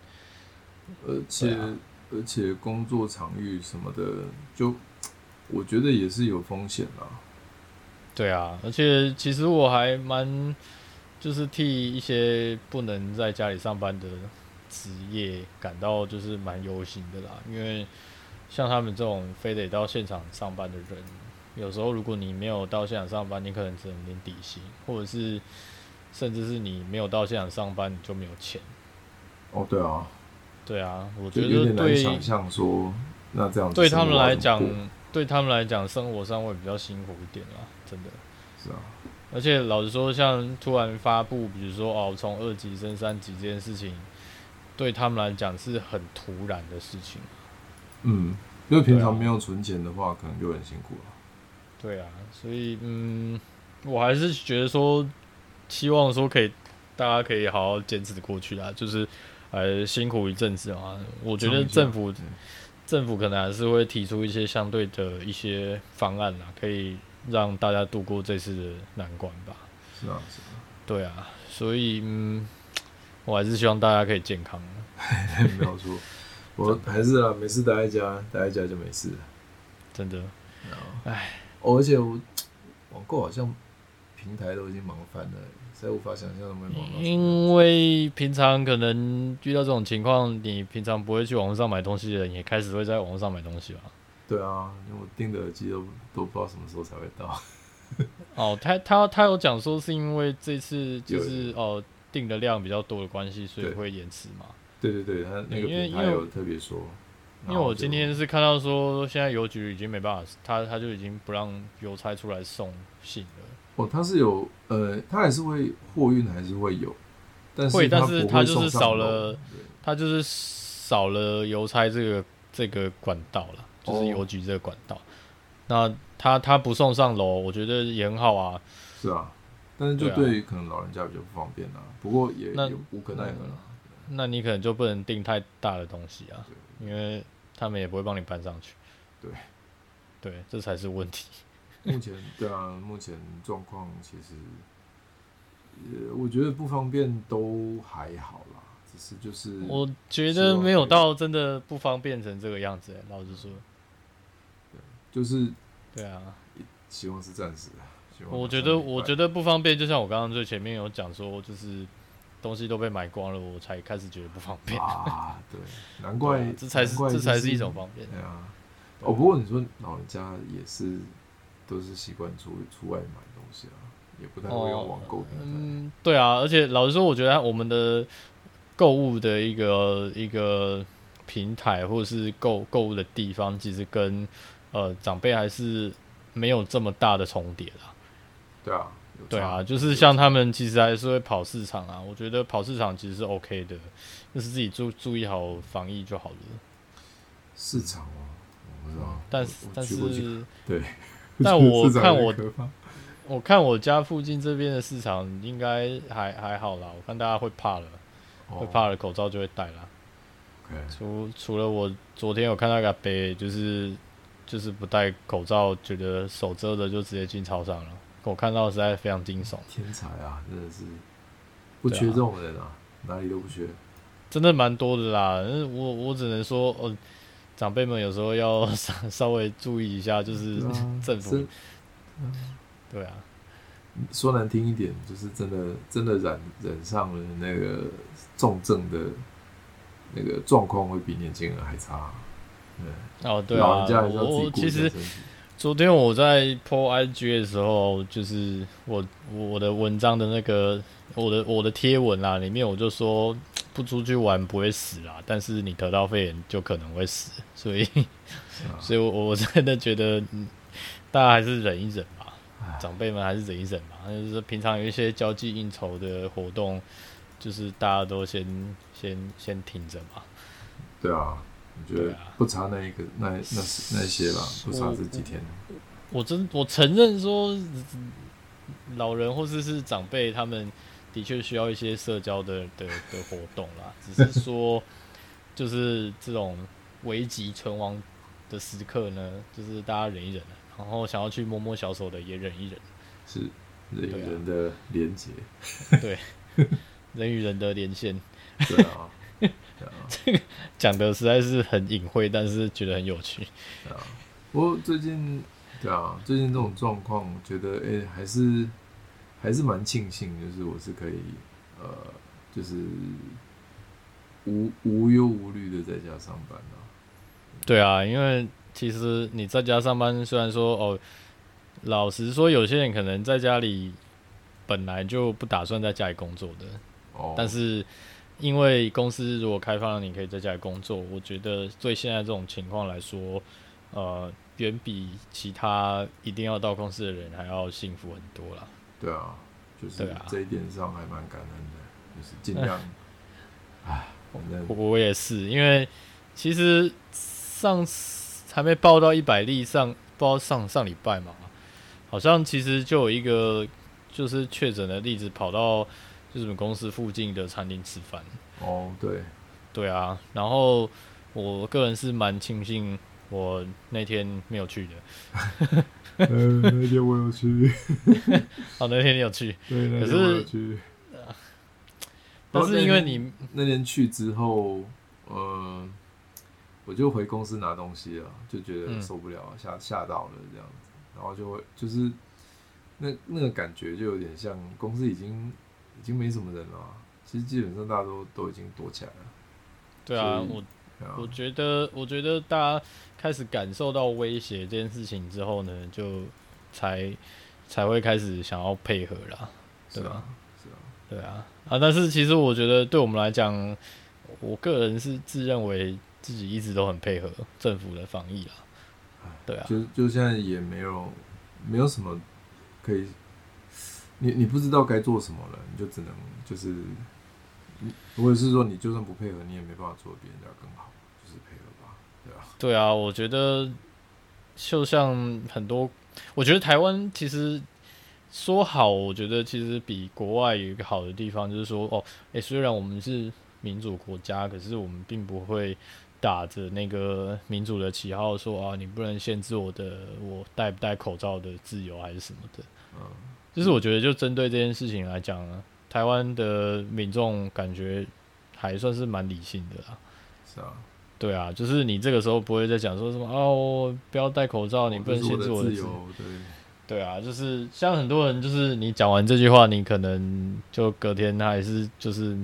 Speaker 1: 而且、
Speaker 2: 对啊
Speaker 1: 而且工作场域什么的，就我觉得也是有风险啦。
Speaker 2: 对啊，而且其实我还蛮就是替一些不能在家里上班的职业感到就是蛮忧心的啦，因为像他们这种非得到现场上班的人，有时候如果你没有到现场上班，你可能只能领底薪，或者是甚至是你没有到现场上班你就没有钱。
Speaker 1: 哦，对啊，
Speaker 2: 对啊，我
Speaker 1: 就
Speaker 2: 觉
Speaker 1: 有
Speaker 2: 得
Speaker 1: 点难
Speaker 2: 对
Speaker 1: 想象说那这样子
Speaker 2: 对
Speaker 1: 生
Speaker 2: 他们
Speaker 1: 活要怎
Speaker 2: 来
Speaker 1: 么
Speaker 2: 讲
Speaker 1: 过，
Speaker 2: 对他们来讲生活上会比较辛苦一点啦，真的。
Speaker 1: 是啊，
Speaker 2: 而且老实说，像突然发布，比如说哦，从二级升三级这件事情，对他们来讲是很突然的事情。
Speaker 1: 嗯，因为平
Speaker 2: 对啊
Speaker 1: 常没有存钱的话，可能就很辛苦了。
Speaker 2: 对啊，所以嗯，我还是觉得说，希望说可以，大家可以好好坚持过去啊，就是呃辛苦一阵子啊。我觉
Speaker 1: 撑
Speaker 2: 得
Speaker 1: 一下
Speaker 2: 政府
Speaker 1: 对
Speaker 2: 政府可能还是会提出一些相对的一些方案啦，可以让大家度过这次的难关吧。
Speaker 1: 是啊，是啊。
Speaker 2: 对啊，所以嗯，我还是希望大家可以健康。啊
Speaker 1: 没有错，我还是啊，没事待在家，待在家就没事了。哦
Speaker 2: 真的，
Speaker 1: 然后，哎，而且我网购好像平台都已经忙翻了，实在无法想象他们会忙
Speaker 2: 嗯
Speaker 1: 到什么样
Speaker 2: 因为平常可能遇到这种情况，你平常不会去网络上买东西的人，也开始会在网络上买东西吧？
Speaker 1: 对啊，因为我订的耳机都都不知道什么时候才会到。
Speaker 2: 哦，他他他有讲说是因为这次就是
Speaker 1: 有
Speaker 2: 哦订的量比较多的关系，所以
Speaker 1: 对
Speaker 2: 会延迟嘛。
Speaker 1: 对对对，他那个
Speaker 2: 因为
Speaker 1: 平台
Speaker 2: 因为
Speaker 1: 有特别说，
Speaker 2: 因
Speaker 1: 然
Speaker 2: 为
Speaker 1: 后
Speaker 2: 我
Speaker 1: 就
Speaker 2: 今天是看到说现在邮局已经没办法，他他就已经不让邮差出来送信了。
Speaker 1: 哦，他是有呃，他还是会货运还是会有，但
Speaker 2: 会
Speaker 1: 是
Speaker 2: 但
Speaker 1: 它
Speaker 2: 是
Speaker 1: 不
Speaker 2: 它
Speaker 1: 会
Speaker 2: 就
Speaker 1: 送
Speaker 2: 是
Speaker 1: 上
Speaker 2: 少
Speaker 1: 楼
Speaker 2: 了
Speaker 1: 对
Speaker 2: 他就是少了邮差这个这个管道了，就是
Speaker 1: 哦
Speaker 2: 邮局这个管道。那他他不送上楼，我觉得也很好啊。
Speaker 1: 是啊，但是就
Speaker 2: 对啊
Speaker 1: 对于可能老人家比较不方便啦，不过也
Speaker 2: 那
Speaker 1: 也无可奈何啊啦。
Speaker 2: 那你可能就不能订太大的东西啊，
Speaker 1: 对
Speaker 2: 因为他们也不会帮你搬上去。
Speaker 1: 对，
Speaker 2: 对，这才是问题。
Speaker 1: 目前对啊，目前状况其实，呃，我觉得不方便都还好啦，只是就是
Speaker 2: 我觉
Speaker 1: 希
Speaker 2: 得
Speaker 1: 望
Speaker 2: 没有
Speaker 1: 可以
Speaker 2: 到真的不方便成这个样子、欸，老实说。
Speaker 1: 就是
Speaker 2: 对啊，
Speaker 1: 希望是暂时的。希望
Speaker 2: 我
Speaker 1: 马
Speaker 2: 觉
Speaker 1: 上
Speaker 2: 得
Speaker 1: 明
Speaker 2: 我
Speaker 1: 白
Speaker 2: 觉得不方便，就像我刚刚最前面有讲说，就是东西都被买光了，我才开始觉得不方便。
Speaker 1: 啊，对，难
Speaker 2: 对啊
Speaker 1: 怪、
Speaker 2: 这才是
Speaker 1: 难怪
Speaker 2: 这
Speaker 1: 就
Speaker 2: 才
Speaker 1: 是
Speaker 2: 一种方便。
Speaker 1: 对啊，哦，不过你说老人家也是都是习惯出出外买东西啊，也不太会用网购平台。
Speaker 2: 哦嗯，对啊，而且老实说，我觉得我们的购物的一个一个平台或者是购购物的地方，其实跟呃长辈还是没有这么大的重叠啦。
Speaker 1: 对啊，有
Speaker 2: 对
Speaker 1: 差
Speaker 2: 啊，就是像他们其实还是会跑市场啊，我觉得跑市场其实是 OK 的，就是自己注注意好防疫就好了。
Speaker 1: 市场哦，我不知道。
Speaker 2: 但
Speaker 1: 我
Speaker 2: 是
Speaker 1: 我
Speaker 2: 但
Speaker 1: 去过几
Speaker 2: 是
Speaker 1: 对，
Speaker 2: 嗯但 我
Speaker 1: 市场
Speaker 2: 看
Speaker 1: 有点
Speaker 2: 我
Speaker 1: 可怕
Speaker 2: 我看我家附近这边的市场应该还还好啦，我看大家会怕了，会
Speaker 1: 哦
Speaker 2: 怕了口罩就会戴啦。
Speaker 1: OK，
Speaker 2: 除除了我昨天有看到一个北，就是就是不戴口罩，觉得手遮着就直接进超商了。我看到实在非常惊悚，
Speaker 1: 天才啊，真的是不
Speaker 2: 对啊
Speaker 1: 缺这种人啊，哪里都不缺。
Speaker 2: 真的蛮多的啦。但是我我只能说，呃，长辈们有时候要 稍稍微注意一下，就是
Speaker 1: 对啊
Speaker 2: 政府
Speaker 1: 是
Speaker 2: 对啊，
Speaker 1: 说难听一点，就是真的真的染染上了那个重症的那个状况，会比年轻人还差啊。对。
Speaker 2: 哦对
Speaker 1: 老
Speaker 2: 啊
Speaker 1: 人家，还是要自
Speaker 2: 我
Speaker 1: 己顾
Speaker 2: 我
Speaker 1: 一
Speaker 2: 其
Speaker 1: 下身
Speaker 2: 实
Speaker 1: 体。
Speaker 2: 昨天我在 po IG 的时候，就是我我的文章的那个我的我的贴文啦，里面我就说不出去玩不会死啦，但是你得到肺炎就可能会死， 所以
Speaker 1: 啊
Speaker 2: 所以我我真的觉得嗯大家还是忍一忍吧
Speaker 1: 唉，
Speaker 2: 长辈们还是忍一忍吧，就是平常有一些交际应酬的活动，就是大家都先先先停着吧。
Speaker 1: 对啊，我觉
Speaker 2: 对
Speaker 1: 得
Speaker 2: 啊
Speaker 1: 不差那一个那那那些啦，不差这几天。
Speaker 2: 我真我承认说，老人或是是长辈，他们的确需要一些社交的的的活动啦。只是说，就是这种危急存亡的时刻呢，就是大家忍一忍啊，然后想要去摸摸小手的也忍一忍，
Speaker 1: 是人
Speaker 2: 对啊
Speaker 1: 与人的连 结。
Speaker 2: 人与人的连线，
Speaker 1: 对啊，对啊，
Speaker 2: 讲的实在是很隐晦，但是觉得很有趣。
Speaker 1: 对啊。不过最近，对啊，最近这种状况，我觉得哎、还是还是蛮庆幸，就是我是可以呃，就是无无忧无虑的在家上班啊。
Speaker 2: 对啊，因为其实你在家上班，虽然说哦，老实说，有些人可能在家里本来就不打算在家里工作的，
Speaker 1: 哦，
Speaker 2: 但是因为公司如果开放了你可以在家里工作，我觉得对现在这种情况来说，呃，远比其他一定要到公司的人还要幸福很多啦。
Speaker 1: 对啊，就是
Speaker 2: 对啊
Speaker 1: 这一点上还蛮感恩的，就是尽量， 唉，反正
Speaker 2: 我我也是，因为其实上次还没报到一百例上，不知道上上礼拜嘛，好像其实就有一个就是确诊的例子跑到就是我们公司附近的餐厅吃饭，
Speaker 1: 哦，对，
Speaker 2: 对啊，然后我个人是蛮庆幸我那天没有去的，
Speaker 1: 呃，那天我有去，
Speaker 2: 哦，那天你有去，
Speaker 1: 对，那
Speaker 2: 可
Speaker 1: 天我
Speaker 2: 是
Speaker 1: 有去。
Speaker 2: 但
Speaker 1: 哦
Speaker 2: 是
Speaker 1: 那
Speaker 2: 因为
Speaker 1: 天
Speaker 2: 你
Speaker 1: 那天去之后，呃，我就回公司拿东西了，就觉得
Speaker 2: 嗯
Speaker 1: 受不了，吓吓到了这样子，然后就会就是那那个感觉就有点像公司已经已经没什么人了啊，其实基本上大家都都已经躲起来了。
Speaker 2: 对啊，
Speaker 1: 所以
Speaker 2: 我
Speaker 1: 对啊
Speaker 2: 我觉得，我觉得大家开始感受到威胁这件事情之后呢，就才才会开始想要配合啦。
Speaker 1: 是
Speaker 2: 对
Speaker 1: 啊
Speaker 2: 啊，
Speaker 1: 是啊，
Speaker 2: 对啊，啊，但是其实我觉得，对我们来讲，我个人是自认为自己一直都很配合政府的防疫啦。对啊，
Speaker 1: 就就现在也没有没有什么可以，你你不知道该做什么了，你就只能就是，你或者是说你就算不配合，你也没办法做得比人家更好，就是配合吧，对啊，
Speaker 2: 对啊，我觉得就像很多，我觉得台湾其实说好，我觉得其实比国外有一个好的地方，就是说哦，诶、虽然我们是民主国家，可是我们并不会打着那个民主的旗号说啊，你不能限制我的我戴不戴口罩的自由还是什么的。
Speaker 1: 嗯，
Speaker 2: 就是我觉得就针对这件事情来讲呢，台湾的民众感觉还算是蛮理性的啦。
Speaker 1: 是啊，
Speaker 2: 对啊，就是你这个时候不会再讲说什么哦，不要戴口罩，你不能限制
Speaker 1: 我
Speaker 2: 我
Speaker 1: 的
Speaker 2: 的
Speaker 1: 自
Speaker 2: 由。
Speaker 1: 由，对，
Speaker 2: 对啊，就是像很多人，就是你讲完这句话，你可能就隔天他还是就是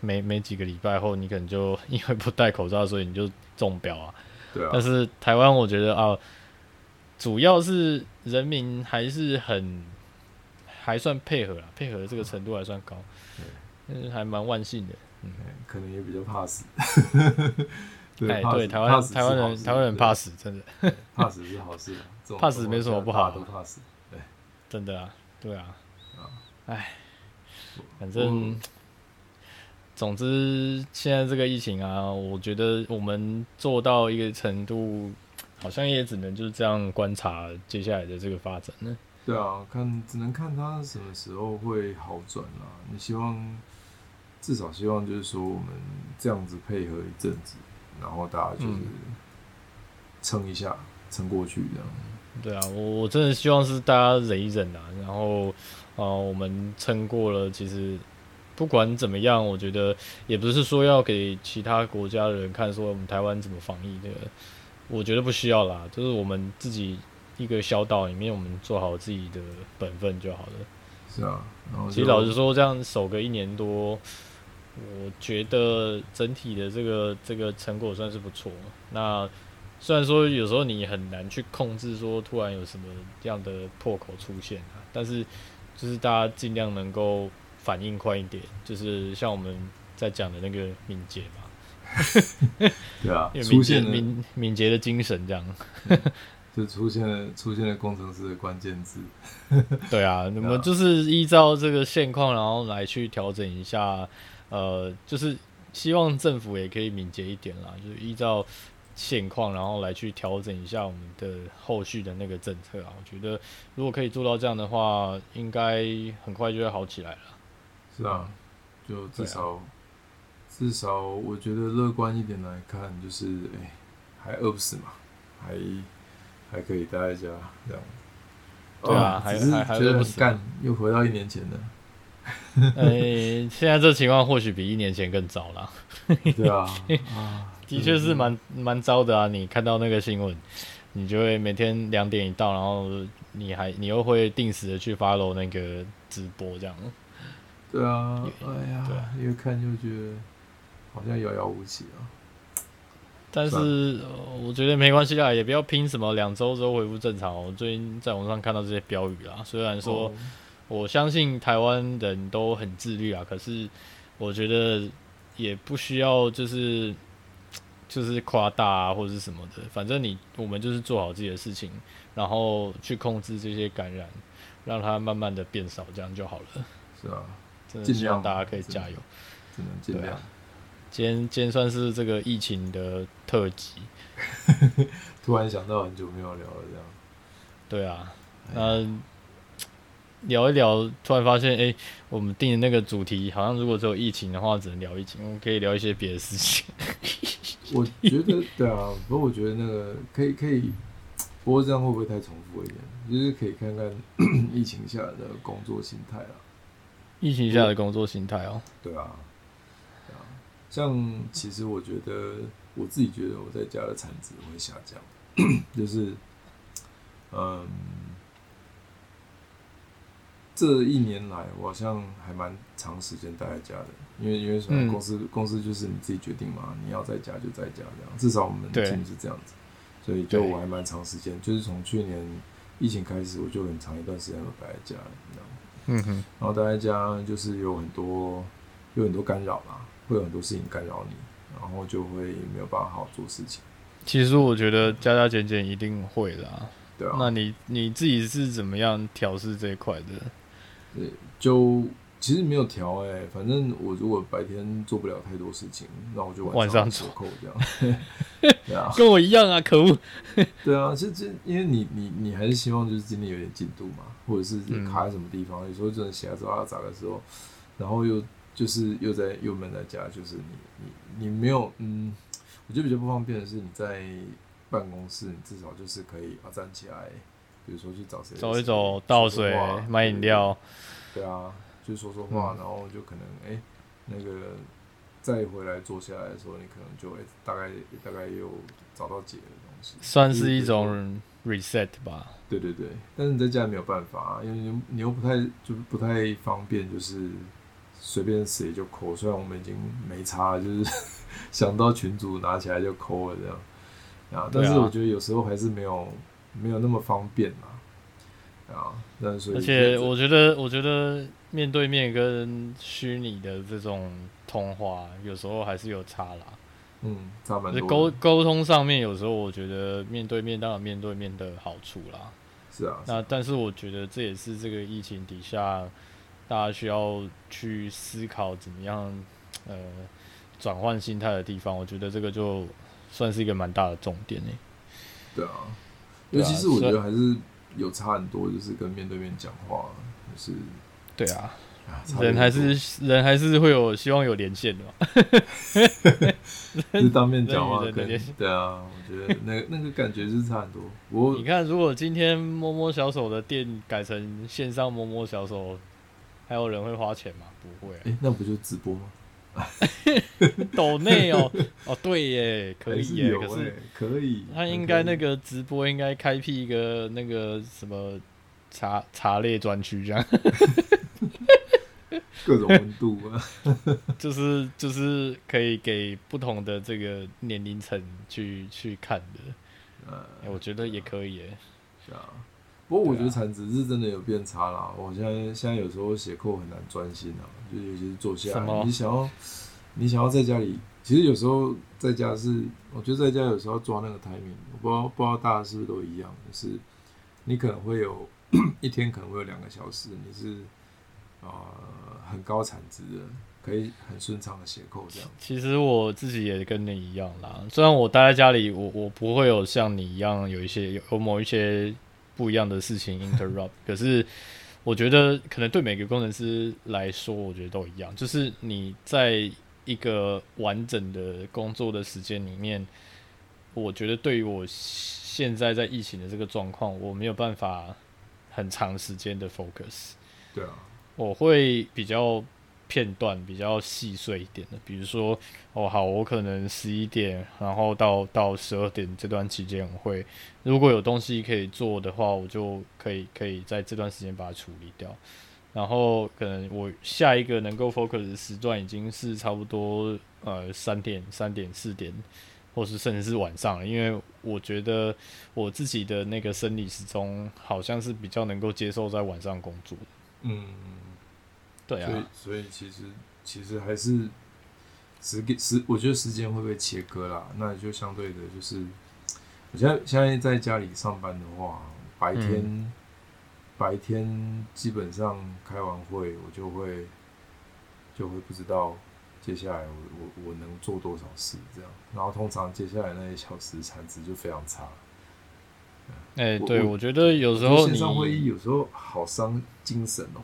Speaker 2: 没没几个礼拜后，你可能就因为不戴口罩，所以你就中标啊。
Speaker 1: 对啊，
Speaker 2: 但是台湾，我觉得啊，主要是人民还是很还算配合啦，配合这个程度还算高，嗯，还蛮万幸的。
Speaker 1: 哎可能也比较怕死，
Speaker 2: 哎，
Speaker 1: 怕
Speaker 2: 对，
Speaker 1: 死
Speaker 2: 台
Speaker 1: 怕
Speaker 2: 湾
Speaker 1: 死是
Speaker 2: 台湾
Speaker 1: 好
Speaker 2: 人
Speaker 1: 事
Speaker 2: 台湾人
Speaker 1: 对
Speaker 2: 怕死，真的。
Speaker 1: 怕死是好事啊，这种
Speaker 2: 怕死没什么
Speaker 1: 状况下
Speaker 2: 不好啊
Speaker 1: 大家都怕死，
Speaker 2: 真的啊，对啊，
Speaker 1: 啊
Speaker 2: 哎，反
Speaker 1: 嗯
Speaker 2: 正，总之现在这个疫情啊，我觉得我们做到一个程度，好像也只能就是这样观察接下来的这个发展呢。
Speaker 1: 对啊，看只能看它什么时候会好转啦、你希望至少希望就是说我们这样子配合一阵子，然后大家就是
Speaker 2: 嗯
Speaker 1: 撑一下，撑过去这样。
Speaker 2: 对啊，我我真的希望是大家忍一忍啊，然后啊、呃我们撑过了，其实不管怎么样，我觉得也不是说要给其他国家的人看说我们台湾怎么防疫这个，我觉得不需要啦，就是我们自己一个小岛里面，我们做好自己的本分就好了。
Speaker 1: 是啊，然后
Speaker 2: 其实老实说，这样守个一年多，我觉得整体的这个这个成果算是不错。那虽然说有时候你很难去控制说突然有什么样的破口出现啊，但是就是大家尽量能够反应快一点，就是像我们在讲的那个敏捷嘛，
Speaker 1: 对啊
Speaker 2: 因，为
Speaker 1: 出
Speaker 2: 敏捷
Speaker 1: 现了
Speaker 2: 敏敏捷的精神这样。
Speaker 1: 就出现了出现了工程师的关键字，
Speaker 2: 对啊，那么就是依照这个现况，然后来去调整一下，呃，就是希望政府也可以敏捷一点啦，就是依照现况，然后来去调整一下我们的后续的那个政策啊。我觉得如果可以做到这样的话，应该很快就会好 起来了。
Speaker 1: 是啊，就至少、至少我觉得乐观一点来看，就是哎、还饿不死嘛，还还可以待在家这样。
Speaker 2: 对啊
Speaker 1: 哦
Speaker 2: 还
Speaker 1: 只是
Speaker 2: 还还
Speaker 1: 觉得
Speaker 2: 饿不
Speaker 1: 很
Speaker 2: 死
Speaker 1: 干，又回到一年 前了。
Speaker 2: 呃、现在这情况或许比一年前更糟啦，
Speaker 1: 对 啊，啊，
Speaker 2: 的确
Speaker 1: 真
Speaker 2: 是
Speaker 1: 的
Speaker 2: 蛮蛮糟的啊。你看到那个新闻，你就会每天两点一到，然后你还你又会定时的去 follow 那个直播这样。
Speaker 1: 对啊，哎呀
Speaker 2: 对啊，
Speaker 1: 越看又觉得好像遥遥无期啊。
Speaker 2: 但是、
Speaker 1: 算
Speaker 2: 呃我觉得没关系啦，也不要拼什么两周之后恢复正常哦。我最近在网上看到这些标语啦，虽然说
Speaker 1: 哦
Speaker 2: 我相信台湾人都很自律啊，可是我觉得也不需要就是就是夸大啊或者是什么的，反正你我们就是做好自己的事情，然后去控制这些感染，让它慢慢的变少，这样就好了。
Speaker 1: 是啊，
Speaker 2: 真的
Speaker 1: 尽
Speaker 2: 希望
Speaker 1: 量
Speaker 2: 大家可以
Speaker 1: 真的
Speaker 2: 加油。
Speaker 1: 只能尽
Speaker 2: 对
Speaker 1: 量
Speaker 2: 啊。今天今天算是这个疫情的特辑，
Speaker 1: 突然想到很久没有聊了，这样。
Speaker 2: 对啊，那聊一聊，突然发现，哎、我们定的那个主题好像如果只有疫情的话，只能聊疫情，我们可以聊一些别的事 情。
Speaker 1: 我觉得 对啊，不过我觉得那个可以可以，不过这样会不会太重复一点？就是可以看看 疫情下的工作心态啊。
Speaker 2: 疫情下的工作心态哦、
Speaker 1: 对啊，对啊，像其实我觉得我自己觉得我在家的产值会下降， 就是嗯，这一年来，我好像还蛮长时间待在家的，因为因为什
Speaker 2: 嗯
Speaker 1: 么公司、公司就是你自己决定嘛，你要在家就在家这样，至少我们
Speaker 2: 对
Speaker 1: team 是这样子，所以就
Speaker 2: 对
Speaker 1: 我还蛮长时间，就是从去年疫情开始，我就很长一段时间都待在家了，你知道吗？
Speaker 2: 嗯哼，
Speaker 1: 然后待在家就是有很多有很多干扰啦，会有很多事情干扰你，然后就会没有办法好好做事情，
Speaker 2: 其实我觉得加加减减一定会的啊。
Speaker 1: 对啊。
Speaker 2: 那你你自己是怎么样调试这一块的？
Speaker 1: 就其实没有调哎、反正我如果白天做不了太多事情，那我就
Speaker 2: 晚上
Speaker 1: 上
Speaker 2: 做
Speaker 1: 折扣这样。 对啊，
Speaker 2: 跟我一样啊，可恶！
Speaker 1: 对啊，其实这因为你你你还是希望就是今天有点进度嘛，或者是
Speaker 2: 嗯
Speaker 1: 卡在什么地方，有时候真的写到啊咋的时候，然后又就是又在又闷在家，就是你你你没有嗯，我觉得比较不方便的是你在办公室，你至少就是可以啊站起来，比如说去找谁
Speaker 2: 走一走，倒水，买
Speaker 1: 谁说话
Speaker 2: 饮。料，
Speaker 1: 对啊，就说说话，
Speaker 2: 嗯
Speaker 1: 然后就可能哎、那个再回来坐下来的时候，你可能就哎、大概大概又找到解的东西。
Speaker 2: 算是一种 reset 吧。
Speaker 1: 对对对，但是你在家里没有办法、啊，因为你又你又不太就不太方便，就是随便谁就抠。虽然我们已经没差了，就是 想到群主拿起来就抠了这样啊，但
Speaker 2: 对啊
Speaker 1: 是我觉得有时候还是没有没有那么方便嘛啊，但是所以
Speaker 2: 而且我觉得，我觉得面对面跟虚拟的这种通话，有时候还是有差啦。
Speaker 1: 嗯差蛮
Speaker 2: 就是
Speaker 1: 多
Speaker 2: 沟
Speaker 1: 的
Speaker 2: 沟通上面，有时候我觉得面对面当然有面对面的好处啦。
Speaker 1: 是啊，
Speaker 2: 那但是我觉得这也是这个疫情底下，大家需要去思考怎么样呃转换心态的地方。我觉得这个就算是一个蛮大的重点欸诶、
Speaker 1: 对啊，
Speaker 2: 对
Speaker 1: 尤
Speaker 2: 啊
Speaker 1: 其是我
Speaker 2: 所以
Speaker 1: 觉得还是有差很多，就是跟面对面讲话，就是
Speaker 2: 对啊，
Speaker 1: 啊差
Speaker 2: 人
Speaker 1: 别
Speaker 2: 还
Speaker 1: 很多
Speaker 2: 是人还是会有希望有连线的嘛。
Speaker 1: 就是当面讲话
Speaker 2: 人与人的
Speaker 1: 跟
Speaker 2: 联系
Speaker 1: 对啊，我觉得那个那个感觉就是差很多。我
Speaker 2: 你看，如果今天摸摸小手的店改成线上摸摸小手，还有人会花钱吗？不会、啊
Speaker 1: 哎、。那不就直播吗？
Speaker 2: 抖内哦，哦对耶，可以
Speaker 1: 还是
Speaker 2: 耶，
Speaker 1: 有
Speaker 2: 可是
Speaker 1: 欸可以。
Speaker 2: 他应
Speaker 1: 还
Speaker 2: 该
Speaker 1: 可
Speaker 2: 那
Speaker 1: 以
Speaker 2: 个直播应该开辟一个那个什么茶茶类专区，这样
Speaker 1: 各种温度 啊，
Speaker 2: 就是就是可以给不同的这个年龄层去去看的、
Speaker 1: 呃，
Speaker 2: 哎我觉得也可以耶。
Speaker 1: 是啊。不过我觉得
Speaker 2: 对啊
Speaker 1: 产值是真的有变差啦。我现在现在有时候写扣很难专心啊，就尤其是坐下
Speaker 2: 什么
Speaker 1: 来，你想要你想要在家里，其实有时候在家是，我觉得在家有时候要抓那个 timing，我不知道不知道大家是不是都一样，就是你可能会有 一天可能会有两个小时，你是呃很高产值的，可以很顺畅的写扣这样。
Speaker 2: 其实我自己也跟你一样啦，虽然我待在家里，我我不会有像你一样有一些有有某一些不一样的事情 interrupt，可 是我觉得可能对每个工程师来说，我觉得都一样，就是你在一个完整的工作的时间里面，我觉得对于我现在在疫情的这个状况，我没有办法很长时间的 focus。
Speaker 1: 对啊，
Speaker 2: 我会比较片段、比较细碎一点的，比如说，哦，好，我可能十一点，然后到到十二点这段期间，我会如果有东西可以做的话，我就可以可以在这段时间把它处理掉。然后可能我下一个能够 focus 的时段已经是差不多呃三点、三点、四点，或是甚至是晚上了，因为我觉得我自己的那个生理时钟好像是比较能够接受在晚上工作的。
Speaker 1: 嗯。
Speaker 2: 对啊，
Speaker 1: 所以，所以其实其实还是时给时，我觉得时间会被切割啦。那就相对的，就是我现在现在在家里上班的话，白天、
Speaker 2: 嗯
Speaker 1: 白天基本上开完会，我就会就会不知道接下来我我我能做多少事这样。然后通常接下来那些小时产值就非常差。
Speaker 2: 哎、
Speaker 1: 我
Speaker 2: 对，
Speaker 1: 我
Speaker 2: 我觉得有时候
Speaker 1: 线
Speaker 2: 你
Speaker 1: 上会议有时候好伤精神哦、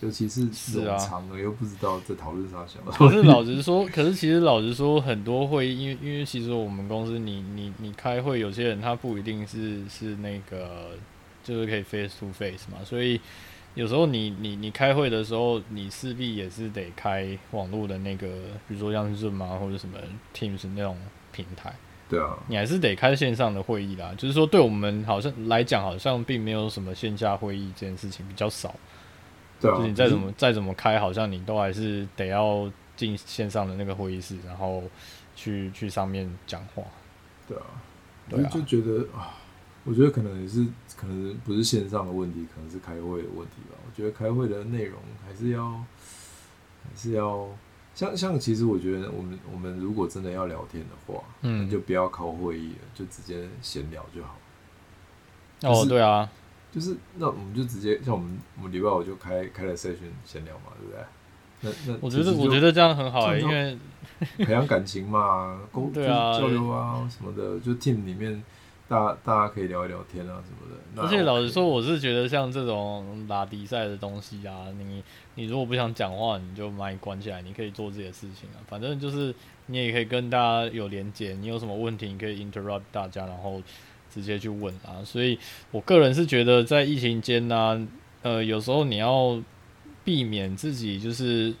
Speaker 1: 尤其是
Speaker 2: 是
Speaker 1: 冗
Speaker 2: 啊
Speaker 1: 长了又不知道在讨论啥想。
Speaker 2: 可是老实说，可是其实老实说，很多会议，因为因为其实我们公司你你你开会，有些人他不一定是是那个就是可以 face to face 嘛，所以有时候你你你开会的时候，你势必也是得开网络的那个，比如说像 Zoom 啊或者什么 Teams 那种平台。
Speaker 1: 对啊，
Speaker 2: 你还是得开线上的会议啦。就是说，对我们好像来讲，好像并没有什么线下会议这件事情比较少。
Speaker 1: 对啊，
Speaker 2: 就是你再怎么再怎么开，好像你都还是得要进线上的那个会议室，然后去去上面讲话。
Speaker 1: 对啊，我
Speaker 2: 对啊
Speaker 1: 就觉得啊，我觉得可能也是，可能不是线上的问题，可能是开会的问题吧。我觉得开会的内容还是要，还是要像像，其实我觉得我们我们如果真的要聊天的话，
Speaker 2: 嗯，
Speaker 1: 就不要靠会议了，就直接闲聊就好。就
Speaker 2: 哦，
Speaker 1: 是
Speaker 2: 对啊，
Speaker 1: 就是那我们就直接像我们我们礼拜五就开开了 session 闲聊嘛，对不对？那那
Speaker 2: 我觉
Speaker 1: 其
Speaker 2: 得
Speaker 1: 实就
Speaker 2: 我觉得这样很好哎、
Speaker 1: 创造
Speaker 2: 因为
Speaker 1: 培养感情嘛，沟
Speaker 2: 对啊
Speaker 1: 就是交流啊什么的，就 team 里面大家大家可以聊一聊天啊什么的。那
Speaker 2: 而且老
Speaker 1: OK
Speaker 2: 实说，我是觉得像这种拉迪赛的东西啊，你你如果不想讲话，你就把你关起来，你可以做自己的事情啊。反正就是你也可以跟大家有连接，你有什么问题你可以 interrupt 大家，然后直接去问啊。所以我个人是觉得在疫情间呢、呃，有时候你要避免自己就是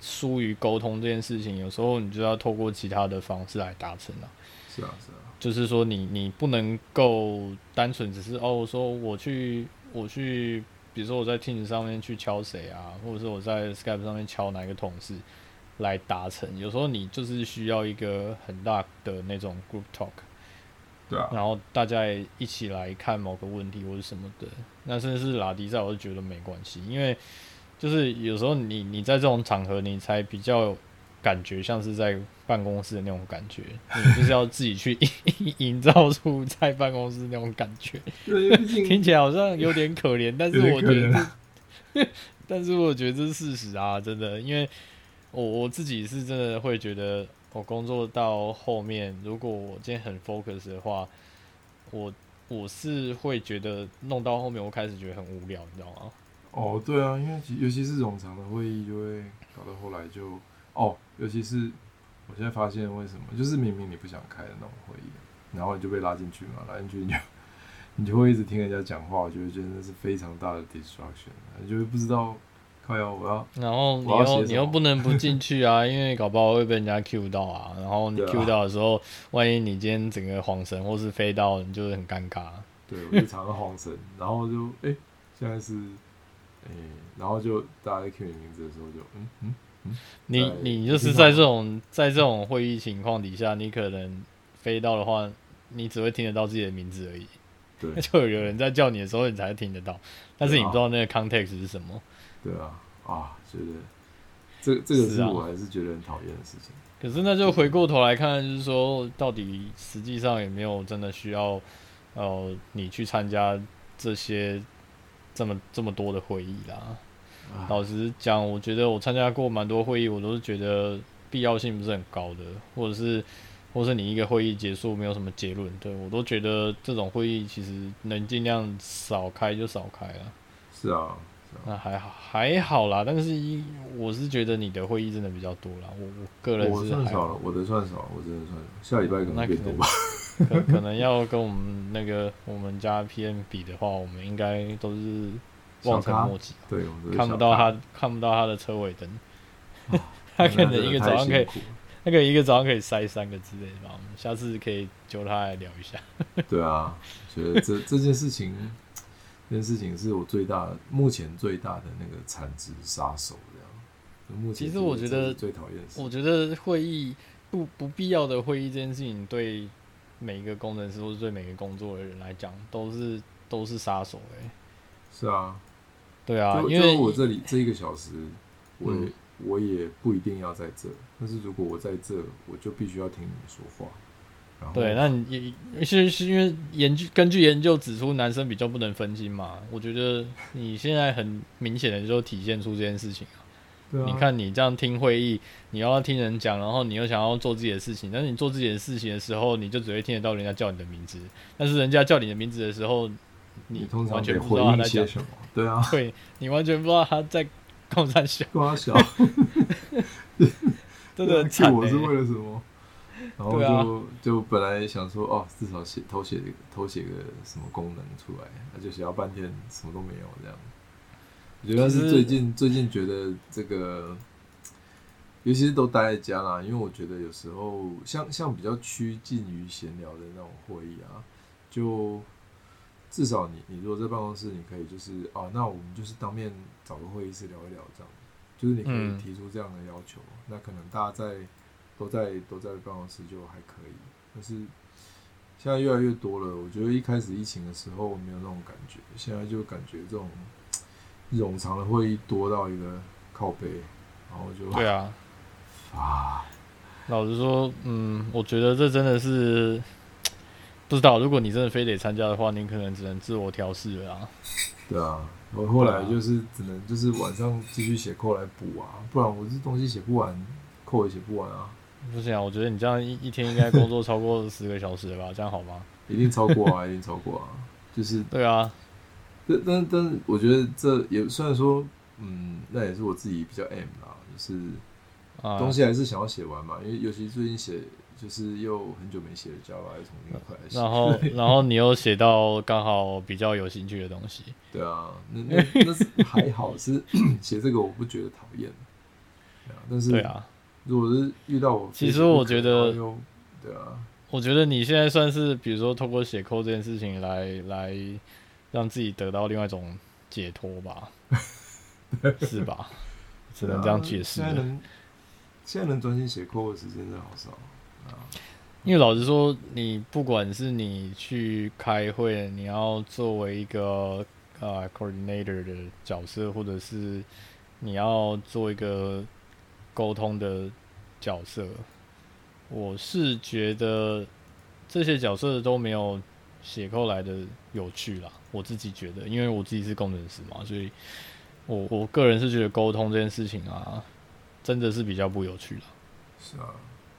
Speaker 2: 疏于沟通这件事情，有时候你就要透过其他的方式来达成啊。
Speaker 1: 是啊是啊，
Speaker 2: 就是说你你不能够单纯只是哦，我说我去我去，比如说我在 Teams 上面去敲谁啊，或者是我在 Skype 上面敲哪一个同事来达成。有时候你就是需要一个很大的那种 group talk，
Speaker 1: 对啊，
Speaker 2: 然后大家也一起来看某个问题或者什么的。那甚至是拉迪赛，我就觉得没关系，因为就是有时候你你在这种场合，你才比较有感觉像是在办公室的那种感觉，你就是要自己去 营营造出在办公室那种感觉。
Speaker 1: 对，啊因为毕竟
Speaker 2: 听起来好像有点可怜，但是
Speaker 1: 有点
Speaker 2: 我
Speaker 1: 可
Speaker 2: 觉得
Speaker 1: 怜啊
Speaker 2: 这，但是我觉得这是事实啊，真的，因为我我自己是真的会觉得，我工作到后面，如果我今天很 focus 的话，我我是会觉得弄到后面，我开始觉得很无聊，你知道吗？
Speaker 1: 哦对啊，因为其尤其是冗长的会议，就会搞到后来就哦，尤其是我现在发现为什么，就是明明你不想开的那种会议，然后你就被拉进去嘛，拉进去你就 你就会一直听人家讲话，我就会觉得那是非常大的 distraction，你就会不知道靠要我要
Speaker 2: 然后你
Speaker 1: 我要写
Speaker 2: 又
Speaker 1: 什
Speaker 2: 你又
Speaker 1: 么
Speaker 2: 不能不进 去啊，因为搞不好会被人家 Q 到啊。然后你
Speaker 1: 对啊
Speaker 2: Q 到的时候，万一你今天整个晃神或是飞到，你就是很尴尬。
Speaker 1: 对，我就常常晃神，然后就哎、诶现在是哎、诶然后就大家在 Q 你名字的时候就嗯嗯，
Speaker 2: 你
Speaker 1: 对
Speaker 2: 你
Speaker 1: 一
Speaker 2: 就
Speaker 1: 定
Speaker 2: 是
Speaker 1: 要
Speaker 2: 在
Speaker 1: 的
Speaker 2: 这种在这种会议情况底下，你可能飞到的话，你只会听得到自己的名字而已。
Speaker 1: 对
Speaker 2: 那就有人在叫你的时候，你才会听得到，但是你
Speaker 1: 对啊
Speaker 2: 不知道那个 context 是什么。
Speaker 1: 对啊啊，觉得这这个
Speaker 2: 是
Speaker 1: 是
Speaker 2: 啊
Speaker 1: 我还是觉得很讨厌的事情。
Speaker 2: 可是那就回过头来看，就是说到底实际上有没有真的需要，呃，你去参加这些这么这么多的会议啦。
Speaker 1: 啊
Speaker 2: 老实讲，我觉得我参加过蛮多会议，我都是觉得必要性不是很高的，或者是，或是你一个会议结束没有什么结论，对我都觉得这种会议其实能尽量少开就少开了。
Speaker 1: 是啊，
Speaker 2: 那还好还好啦，但是一我是觉得你的会议真的比较多啦，我我个人
Speaker 1: 我
Speaker 2: 是
Speaker 1: 算
Speaker 2: 还
Speaker 1: 少
Speaker 2: 好
Speaker 1: 了，我的算少，我真的算少，下礼拜可
Speaker 2: 那
Speaker 1: 能
Speaker 2: 可
Speaker 1: 变多吧。
Speaker 2: 可可能要跟我们那个我们家 PM 比的话，我们应该都是望尘
Speaker 1: 小咖
Speaker 2: 莫及，
Speaker 1: 对，我们
Speaker 2: 看不到他，看不到他的车尾灯。 他可能一个早上可以，
Speaker 1: 以。
Speaker 2: 那个一个早上可以塞三个之类的吧，我们下次可以揪他来聊一下。
Speaker 1: 对啊，觉得这这件事情，这件事情是我最大目前最大的那个产值杀手这样。目前
Speaker 2: 其实
Speaker 1: 是
Speaker 2: 我觉
Speaker 1: 真的
Speaker 2: 得
Speaker 1: 最讨厌的事
Speaker 2: 我觉得会议不不必要的会议这件事情，对每一个工程师或者对每个工作的人来讲，都是都是杀手哎、
Speaker 1: 是啊，
Speaker 2: 对啊，
Speaker 1: 就
Speaker 2: 因
Speaker 1: 就
Speaker 2: 为
Speaker 1: 我这里这一个小时，我也、
Speaker 2: 嗯
Speaker 1: 我也不一定要在这，但是如果我在这，我就必须要听你们说话。然后
Speaker 2: 对，那你也是是因为研究根据研究指出，男生比较不能分心嘛。我觉得你现在很明显的就体现出这件事情啊。
Speaker 1: 对啊
Speaker 2: 你，看你这样听会议，你要听人讲，然后你又想要做自己的事情，但是你做自己的事情的时候，你就只会听得到人家叫你的名字，但是人家叫你的名字的时候，
Speaker 1: 你
Speaker 2: 你
Speaker 1: 通常
Speaker 2: 完全
Speaker 1: 得
Speaker 2: 不
Speaker 1: 回
Speaker 2: 知道他
Speaker 1: 应
Speaker 2: 在
Speaker 1: 些
Speaker 2: 讲，
Speaker 1: 什么？对啊，
Speaker 2: 对你完全不知道他在共产小，
Speaker 1: 瓜小，
Speaker 2: 真的 很
Speaker 1: 气
Speaker 2: 惨、
Speaker 1: 我是
Speaker 2: 欸。
Speaker 1: 为了什么？然后就、
Speaker 2: 对啊
Speaker 1: 就本来想说哦，至少写偷写偷写个什么功能出来，那就写到半天什么都没有这样。我觉得
Speaker 2: 其实
Speaker 1: 是最近最近觉得这个，尤其是都待在家啦，因为我觉得有时候像像比较趋近于闲聊的那种会议啊，就至少你你如果在办公室，你可以就是哦，那我们就是当面找个会议室聊一聊这样，就是你可以
Speaker 2: 嗯
Speaker 1: 提出这样的要求，那可能大家在都在都在办公室就还可以，但是现在越来越多了，我觉得一开始疫情的时候没有那种感觉，现在就感觉这种冗长的会议多到一个靠背，然后就
Speaker 2: 对啊，
Speaker 1: 啊，
Speaker 2: 老实说，嗯，我觉得这真的是不知道，如果你真的非得参加的话，你可能只能自我调试了啊。
Speaker 1: 对啊，我后来就是只能就是晚上继续写扣来补啊，不然我这东西写不完，扣也写不完啊，
Speaker 2: 不行啊，我觉得你这样一一天应该工作超过十个小时了吧？这样好吗？
Speaker 1: 一定超过啊，一定超过啊， 就是
Speaker 2: 对啊，
Speaker 1: 但但但我觉得这也虽然说，嗯，那也是我自己比较 M 啦，就是
Speaker 2: 啊、
Speaker 1: 东西还是想要写完嘛，因为尤其最近写就是又很久没写的 Java 又重新回来写，
Speaker 2: 然后然后你又写到刚好比较有兴趣的东西，
Speaker 1: 对啊，那那那是还好是 写这个我不觉得讨厌，对啊，但是
Speaker 2: 对啊。
Speaker 1: 如果是遇到我，
Speaker 2: 其实我觉得
Speaker 1: 然后又，对啊，
Speaker 2: 我觉得你现在算是，比如说通过写扣这件事情来来让自己得到另外一种解 脱吧，是吧？只能这样解释
Speaker 1: 对啊
Speaker 2: 了
Speaker 1: 现在能现在能专心写 code 的时间真的好少啊。
Speaker 2: 因为老实说，你不管是你去开会，你要作为一个呃 coordinator 的角色，或者是你要做一个沟通的角色，我是觉得这些角色都没有写扣来的有趣啦。我自己觉得，因为我自己是工程师嘛，所以我我个人是觉得沟通这件事情啊，真的是比较不有趣啦。
Speaker 1: 是啊，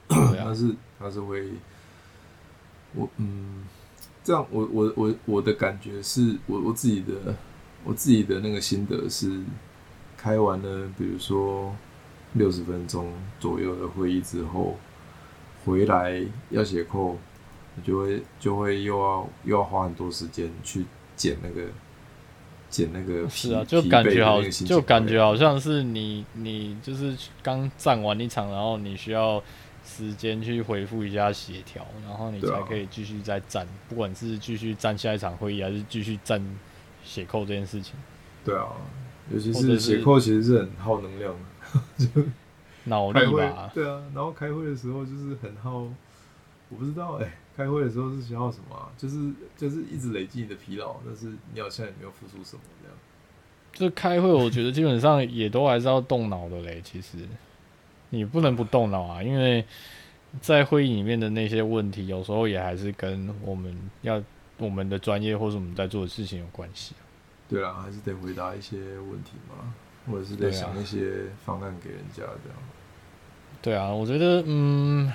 Speaker 2: 对啊
Speaker 1: 他是他是会，我嗯，这样我我我我的感觉是我我自己的我自己的那个心得是，开完了比如说六十分钟左右的会议之后，回来要写扣，我就会就会又要又要花很多时间去剪那个。剪那个疲
Speaker 2: 是啊，就
Speaker 1: 疲惫
Speaker 2: 感
Speaker 1: 的
Speaker 2: 觉
Speaker 1: 那
Speaker 2: 好，
Speaker 1: 个心
Speaker 2: 就
Speaker 1: 情啊
Speaker 2: 感
Speaker 1: 回
Speaker 2: 觉
Speaker 1: 来
Speaker 2: 好像是你你就是刚站完一场，然后你需要时间去回复一下协调，然后你
Speaker 1: 对
Speaker 2: 才
Speaker 1: 啊
Speaker 2: 可以继续再站，不管是继续站下一场会议，还是继续站写扣这件事情，
Speaker 1: 对啊，尤其
Speaker 2: 或者
Speaker 1: 是
Speaker 2: 是
Speaker 1: 写扣其实是很耗能量的，
Speaker 2: 脑
Speaker 1: 开
Speaker 2: 力
Speaker 1: 会
Speaker 2: 吧，
Speaker 1: 对啊，然后开会的时候就是很耗，我不知道哎、开会的时候是消耗什么、啊？就是就是一直累积你的疲劳，但是你好像也没有付出什么这样。
Speaker 2: 就开会，我觉得基本上也都还是要动脑的嘞。其实你不能不动脑啊，因为在会议里面的那些问题，有时候也还是跟我们要我们的专业或是我们在做的事情有关系啊、
Speaker 1: 对啦，还是得回答一些问题嘛，或者是
Speaker 2: 对
Speaker 1: 得
Speaker 2: 啊
Speaker 1: 想一些方案给人家这样。
Speaker 2: 对啊，我觉得嗯，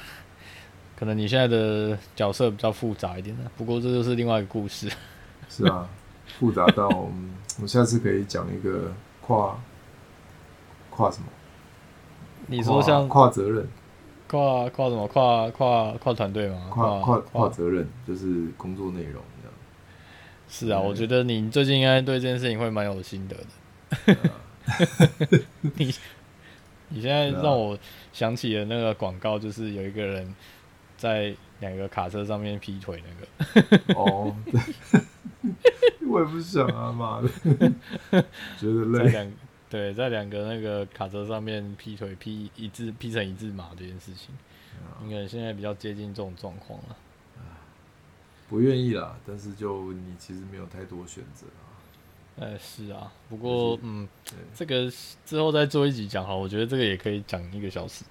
Speaker 2: 可能你现在的角色比较复杂一点呢、不过这就是另外一个故事。
Speaker 1: 是啊，复杂到我们，我下次可以讲一个跨跨什么？
Speaker 2: 你说像
Speaker 1: 跨跨责任。
Speaker 2: 跨跨什么跨跨跨团队吗？
Speaker 1: 跨跨跨责任就是工作内容这
Speaker 2: 是啊，
Speaker 1: 嗯
Speaker 2: 我觉得你最近应该对这件事情会蛮有 心得的。
Speaker 1: 样，对啊
Speaker 2: 你现在
Speaker 1: 对啊
Speaker 2: 让我想起了那个广告，就是有一个人在两个卡车上面劈腿那个，
Speaker 1: 哦，对， 我也不想啊，妈 的，觉得
Speaker 2: 在
Speaker 1: 累，
Speaker 2: 两对，在两个那个卡车上面劈腿劈一字劈成一字马这件事情，
Speaker 1: 嗯
Speaker 2: 你可能现在比较接近这种状况了。
Speaker 1: 不愿意啦。但是就你其实没有太多选择啊，
Speaker 2: 呃，是啊，不过
Speaker 1: 就是
Speaker 2: 嗯，
Speaker 1: 对，
Speaker 2: 这个之后再做一集讲好，我觉得这个也可以讲一个小时。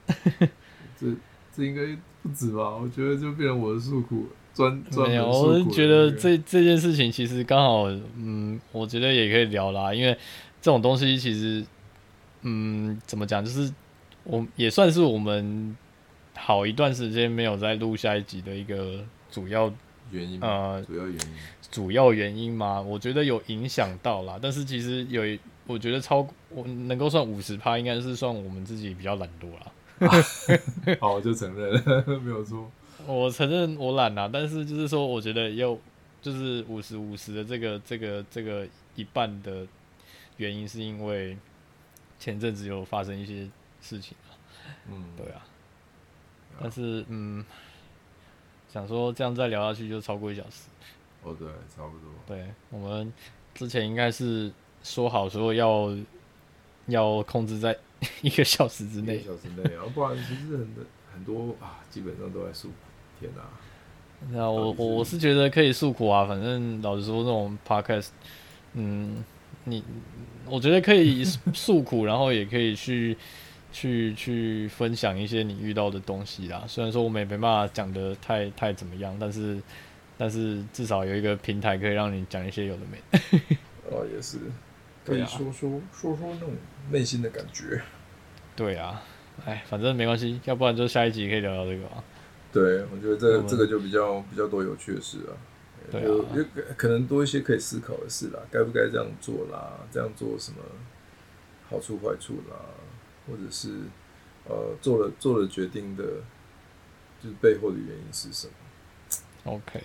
Speaker 1: 这这应该不止吧？我觉得就变成我的诉苦，专专
Speaker 2: 没
Speaker 1: 门
Speaker 2: 有，
Speaker 1: 诉苦
Speaker 2: 我
Speaker 1: 的
Speaker 2: 是
Speaker 1: 那
Speaker 2: 觉得
Speaker 1: 个
Speaker 2: 这这件事情其实刚好，嗯，我觉得也可以聊啦，因为这种东西其实，嗯，怎么讲，就是我也算是我们好一段时间没有再录下一集的一个主要
Speaker 1: 原因嘛，
Speaker 2: 呃
Speaker 1: 主要原因，
Speaker 2: 主要原因嘛，我觉得有影响到啦，但是其实有一，我觉得超过我能够算五十趴，应该是算我们自己比较懒惰啦。
Speaker 1: 好，我就承认了， 没有错，
Speaker 2: 我承认我懒啦，但是就是说，我觉得有就是五十五十的这个这个这个一半的原因，是因为前阵子有发生一些事情啊，
Speaker 1: 嗯，
Speaker 2: 对啊。但是嗯，想说这样再聊下去就超过一小时，
Speaker 1: 哦，对，差不多。
Speaker 2: 对我们之前应该是说好说要要控制在 一个小时之
Speaker 1: 一
Speaker 2: 内
Speaker 1: 个，小时内啊，不然其实很多很多啊，基本上都在数天啊，
Speaker 2: 那我
Speaker 1: 到底是
Speaker 2: 我我是觉得可以诉苦啊，反正老实说，那种 podcast，嗯，你我觉得可以 诉苦，然后也可以去去去分享一些你遇到的东西啦。虽然说我们也没办法讲的太太怎么样，但是但是至少有一个平台可以让你讲一些有的没的。
Speaker 1: 哦，也是，可
Speaker 2: 对
Speaker 1: 以
Speaker 2: 啊
Speaker 1: 说说、说说那种内心的感觉。
Speaker 2: 对啊，哎，反正没关系，要不然就下一集可以聊聊这个啊。
Speaker 1: 对，我觉得这
Speaker 2: 我
Speaker 1: 个
Speaker 2: 们
Speaker 1: 这个就比较比较多有趣的事啊，
Speaker 2: 对啊
Speaker 1: 有有可可能多一些可以思考的事啦，该不该这样做啦，这样做什么好处坏处啦，或者是呃做了做了决定的，就是背后的原因是什么？
Speaker 2: OK，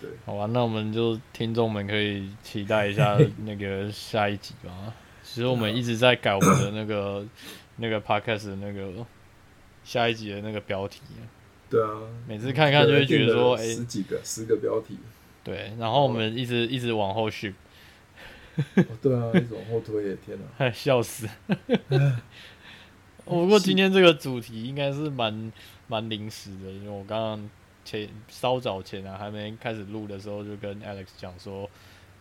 Speaker 1: 对，
Speaker 2: 好啊吧，那我们就听众们可以期待一下那个下一集吧。其实我们一直在改我们的那个那个 podcast 的那个下一集的那个标题，
Speaker 1: 对啊，
Speaker 2: 每次看一看就会觉得说，
Speaker 1: 可
Speaker 2: 哎、
Speaker 1: 能定了十几个、十个标 题，
Speaker 2: 对，然后我们一直一直往后续，
Speaker 1: 哦对啊，一直往后推耶，天哪、
Speaker 2: 哎 笑死。不过今天这个主题应该是蛮蛮临时的，因为我刚刚前稍早前啊，还没开始录的时候，就跟 Alex 讲说，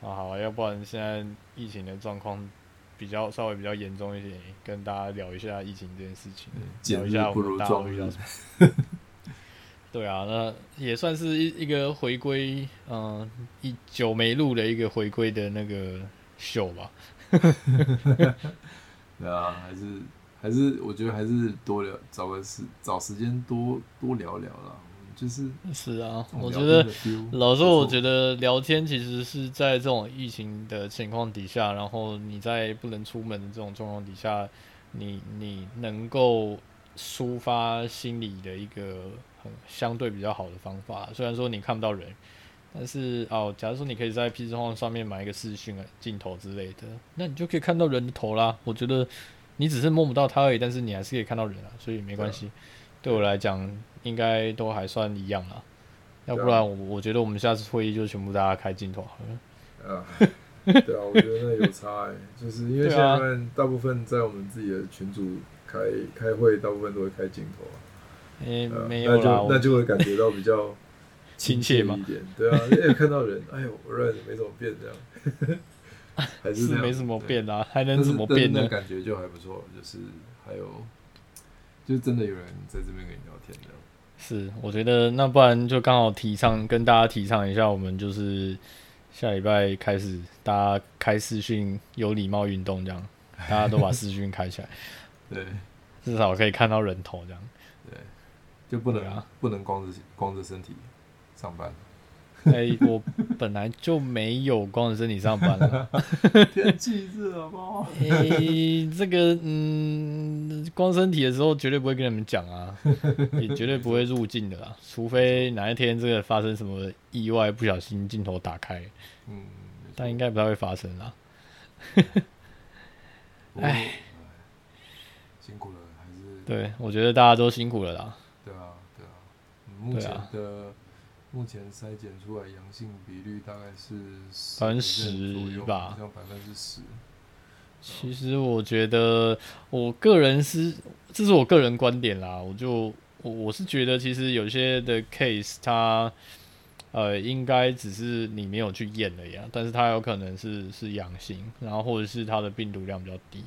Speaker 2: 啊好啊，要不然现在疫情的状况比较稍微比较严重一点，跟大家聊一下疫情这件事情，
Speaker 1: 节
Speaker 2: 嗯聊一
Speaker 1: 日
Speaker 2: 下我
Speaker 1: 不
Speaker 2: 们
Speaker 1: 如
Speaker 2: 大家
Speaker 1: 撞
Speaker 2: 都遇
Speaker 1: 日
Speaker 2: 到，什么。对啊，那也算是一一个回归，嗯、一久没录的一个回归的那个秀吧。
Speaker 1: 对啊，还是还是我觉得还是多聊，找个时找时间多多聊聊啦，就是。
Speaker 2: 是啊，
Speaker 1: 这种
Speaker 2: 我
Speaker 1: 哦聊
Speaker 2: 觉得
Speaker 1: 天的 feel
Speaker 2: 老实说，我觉
Speaker 1: 不
Speaker 2: 得聊天其实是在这种疫情的情况底下，然后你在不能出门的这种状况底下，你你能够抒发心理的一个很相对比较好的方法。虽然说你看不到人，但是哦，假如说你可以在 P C 晃上面买一个视讯的镜头之类的，那你就可以看到人的头啦。我觉得你只是摸不到他而已，但是你还是可以看到人啊，所以没关系。对我来讲，应该都还算一样啦。要不
Speaker 1: 对啊
Speaker 2: 然我我觉得我们下次会议就全部大家开镜头好了。
Speaker 1: 错啊，对啊，我觉得那有差、欸，就是因为
Speaker 2: 对
Speaker 1: 现
Speaker 2: 啊
Speaker 1: 在大部分在我们自己的群组开开会，大部分都会开镜头啊，
Speaker 2: 诶、
Speaker 1: 呃
Speaker 2: 没
Speaker 1: 那
Speaker 2: 有啦，
Speaker 1: 就那
Speaker 2: 我
Speaker 1: 就会感觉到比较
Speaker 2: 亲切嘛
Speaker 1: 一点，对啊，因为看到人， 哎呦，我认没怎么变这样，还
Speaker 2: 是
Speaker 1: 这样啊
Speaker 2: 没什么
Speaker 1: 对
Speaker 2: 变啦，还
Speaker 1: 但
Speaker 2: 能
Speaker 1: 是
Speaker 2: 怎么
Speaker 1: 但是
Speaker 2: 变
Speaker 1: 那
Speaker 2: 呢？
Speaker 1: 感觉就还不错，就是还有，就是真的有人在这边跟你聊天这样。
Speaker 2: 是，我觉得那不然就刚好提倡跟大家提倡一下，我们就是下礼拜开始，大家开视讯有礼貌运动这样，大家都把视讯开起来，
Speaker 1: 对
Speaker 2: 至少可以看到人头这样。
Speaker 1: 对，就不能、
Speaker 2: 对啊
Speaker 1: 不能光着光着身体上班。
Speaker 2: 哎、我本来就没有光着身体上班了。
Speaker 1: 天气热好不好？
Speaker 2: 哎、这个嗯，光身体的时候绝对不会跟你们讲啊，也绝对不会入镜的啦，除非哪一天这个发生什么意外，不小心镜头打开，
Speaker 1: 嗯，
Speaker 2: 但应该不太会发生啦。啊
Speaker 1: 哎，辛苦了，还是
Speaker 2: 对，我觉得大家都辛苦了啦。
Speaker 1: 对啊对啊。嗯目
Speaker 2: 对
Speaker 1: 前
Speaker 2: 啊
Speaker 1: 的、目前筛检出来阳性比率大概是
Speaker 2: 百分之
Speaker 1: 10%左
Speaker 2: 十
Speaker 1: 右
Speaker 2: 吧
Speaker 1: 好像百分之十。
Speaker 2: 其实我觉得，我个人是，这是我个人观点啦。我就我我是觉得，其实有些的 case 它，呃，应该只是你没有去验而已啊，但是它有可能是是阳性，然后或者是它的病毒量比较低，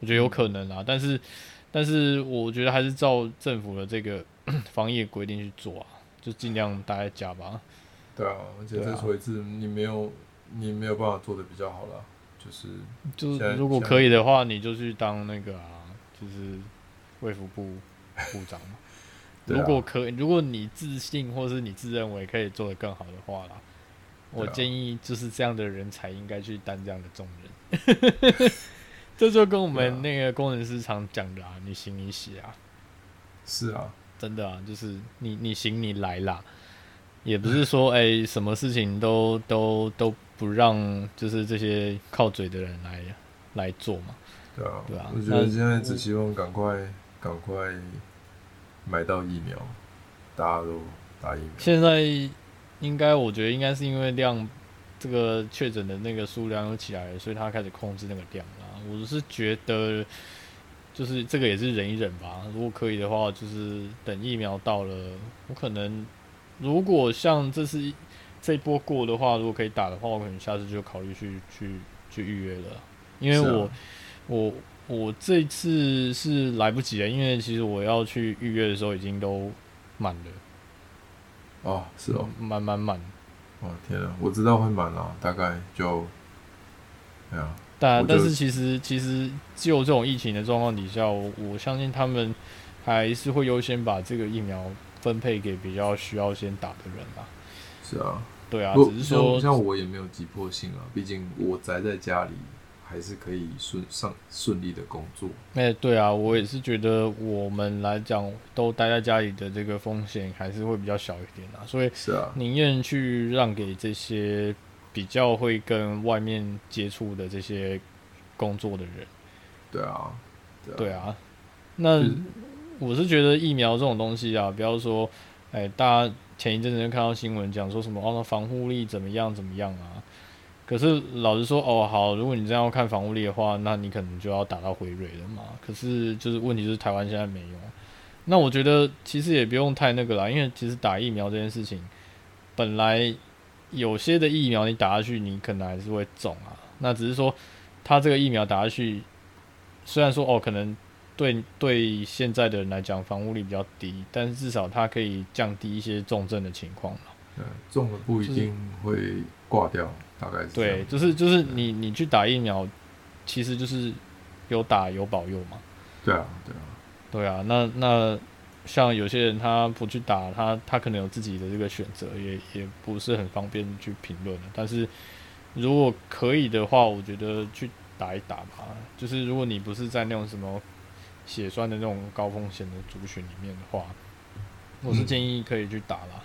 Speaker 2: 我觉得有可能啊。但是，但是我觉得还是照政府的这个 防疫规定去做啊，就尽量待在家吧。
Speaker 1: 对啊，而且
Speaker 2: 对
Speaker 1: 这
Speaker 2: 啊
Speaker 1: 除一次你没有你没有办法做的比较好了，就是
Speaker 2: 就
Speaker 1: 现在
Speaker 2: 如果
Speaker 1: 现在
Speaker 2: 可以的话，你就去当那个啊，就是卫福部部长嘛。
Speaker 1: 对啊
Speaker 2: 如果可，如果你自信或是你自认为可以做得更好的话啦，我
Speaker 1: 对啊
Speaker 2: 建议就是这样的人才应该去担这样的重任。 这就跟我们
Speaker 1: 啊
Speaker 2: 那个工程师常讲的啊，你行你写啊，
Speaker 1: 是啊，
Speaker 2: 真的啊，就是你你行你来啦，也不是说哎、什么事情都都都不让，就是这些靠嘴的人来来做嘛。
Speaker 1: 对啊，
Speaker 2: 对啊
Speaker 1: 我觉得
Speaker 2: 那
Speaker 1: 现在只希望赶快赶快买到疫苗，大家都打疫苗。
Speaker 2: 现在应该我觉得应该是因为量这个确诊的那个数量又起来了，所以他开始控制那个量啦。我是觉得就是这个也是忍一忍吧，如果可以的话，就是等疫苗到了，我可能如果像这次这一波过的话，如果可以打的话，我可能下次就考虑去去去预约了，因为
Speaker 1: 是啊
Speaker 2: 我、我。我这次是来不及了，因为其实我要去预约的时候已经都满了，
Speaker 1: 哦，是哦，
Speaker 2: 满满满。
Speaker 1: 哦天啊，我知道会满啊，大概就，哎呀，
Speaker 2: 但
Speaker 1: 我就
Speaker 2: 但是其实其实就这种疫情的状况底下，我我相信他们还是会优先把这个疫苗分配给比较需要先打的人吧。
Speaker 1: 是啊，
Speaker 2: 对啊，
Speaker 1: 不
Speaker 2: 只是说
Speaker 1: 像像我也没有急迫性啊，毕竟我宅在家里还是可以顺上顺利的工作。
Speaker 2: 哎、对啊，我也是觉得我们来讲都待在家里的这个风险还是会比较小一点啊，所以
Speaker 1: 是啊，
Speaker 2: 宁愿去让给这些比较会跟外面接触的这些工作的人。
Speaker 1: 对啊，
Speaker 2: 对啊，嗯那
Speaker 1: 就是
Speaker 2: 我是觉得疫苗这种东西啊，不要说，哎、大家前一阵子就看到新闻讲说什么哦，那防护力怎么样怎么样啊？可是老实说，哦，好，如果你这样要看防护力的话，那你可能就要打到辉瑞了嘛。可是就是问题就是台湾现在没有，那我觉得其实也不用太那个啦，因为其实打疫苗这件事情，本来有些的疫苗你打下去，你可能还是会中啊。那只是说，它这个疫苗打下去，虽然说哦，可能对对现在的人来讲防护力比较低，但是至少它可以降低一些重症的情况嘛。
Speaker 1: 嗯，中了不一定会挂掉，大概是啊这
Speaker 2: 对，
Speaker 1: 样
Speaker 2: 就是就是你你去打疫苗，其实就是有打有保佑嘛。
Speaker 1: 对啊，对啊，
Speaker 2: 对啊，那那像有些人他不去打，他他可能有自己的这个选择，也也不是很方便去评论的。但是如果可以的话，我觉得去打一打吧。就是如果你不是在那种什么血栓的那种高风险的族群里面的话，我是
Speaker 1: 嗯
Speaker 2: 建议可以去打啦。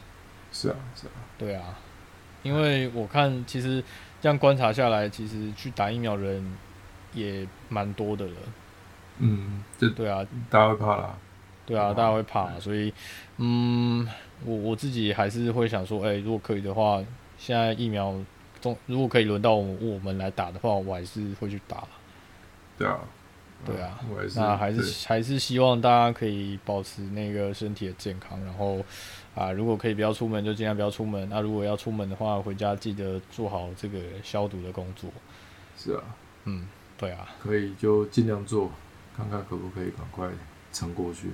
Speaker 1: 是啊，是啊，
Speaker 2: 对啊，因为我看其实这样观察下来，其实去打疫苗的人也蛮多的了。
Speaker 1: 嗯，这
Speaker 2: 对啊，
Speaker 1: 大家会怕啦，
Speaker 2: 对啊，
Speaker 1: 嗯
Speaker 2: 大家会怕，所以，嗯，我我自己还是会想说，哎、如果可以的话，现在疫苗中如果可以轮到我们我们来打的话，我还是会去打。
Speaker 1: 对啊，
Speaker 2: 对啊
Speaker 1: 嗯，我还是
Speaker 2: 那还
Speaker 1: 对
Speaker 2: 是还是希望大家可以保持那个身体的健康，然后啊，如果可以不要出门就尽量不要出门。那、如果要出门的话，回家记得做好这个消毒的工作。
Speaker 1: 是啊，
Speaker 2: 嗯，对啊，
Speaker 1: 可以就尽量做，看看可不可以赶快撑过去。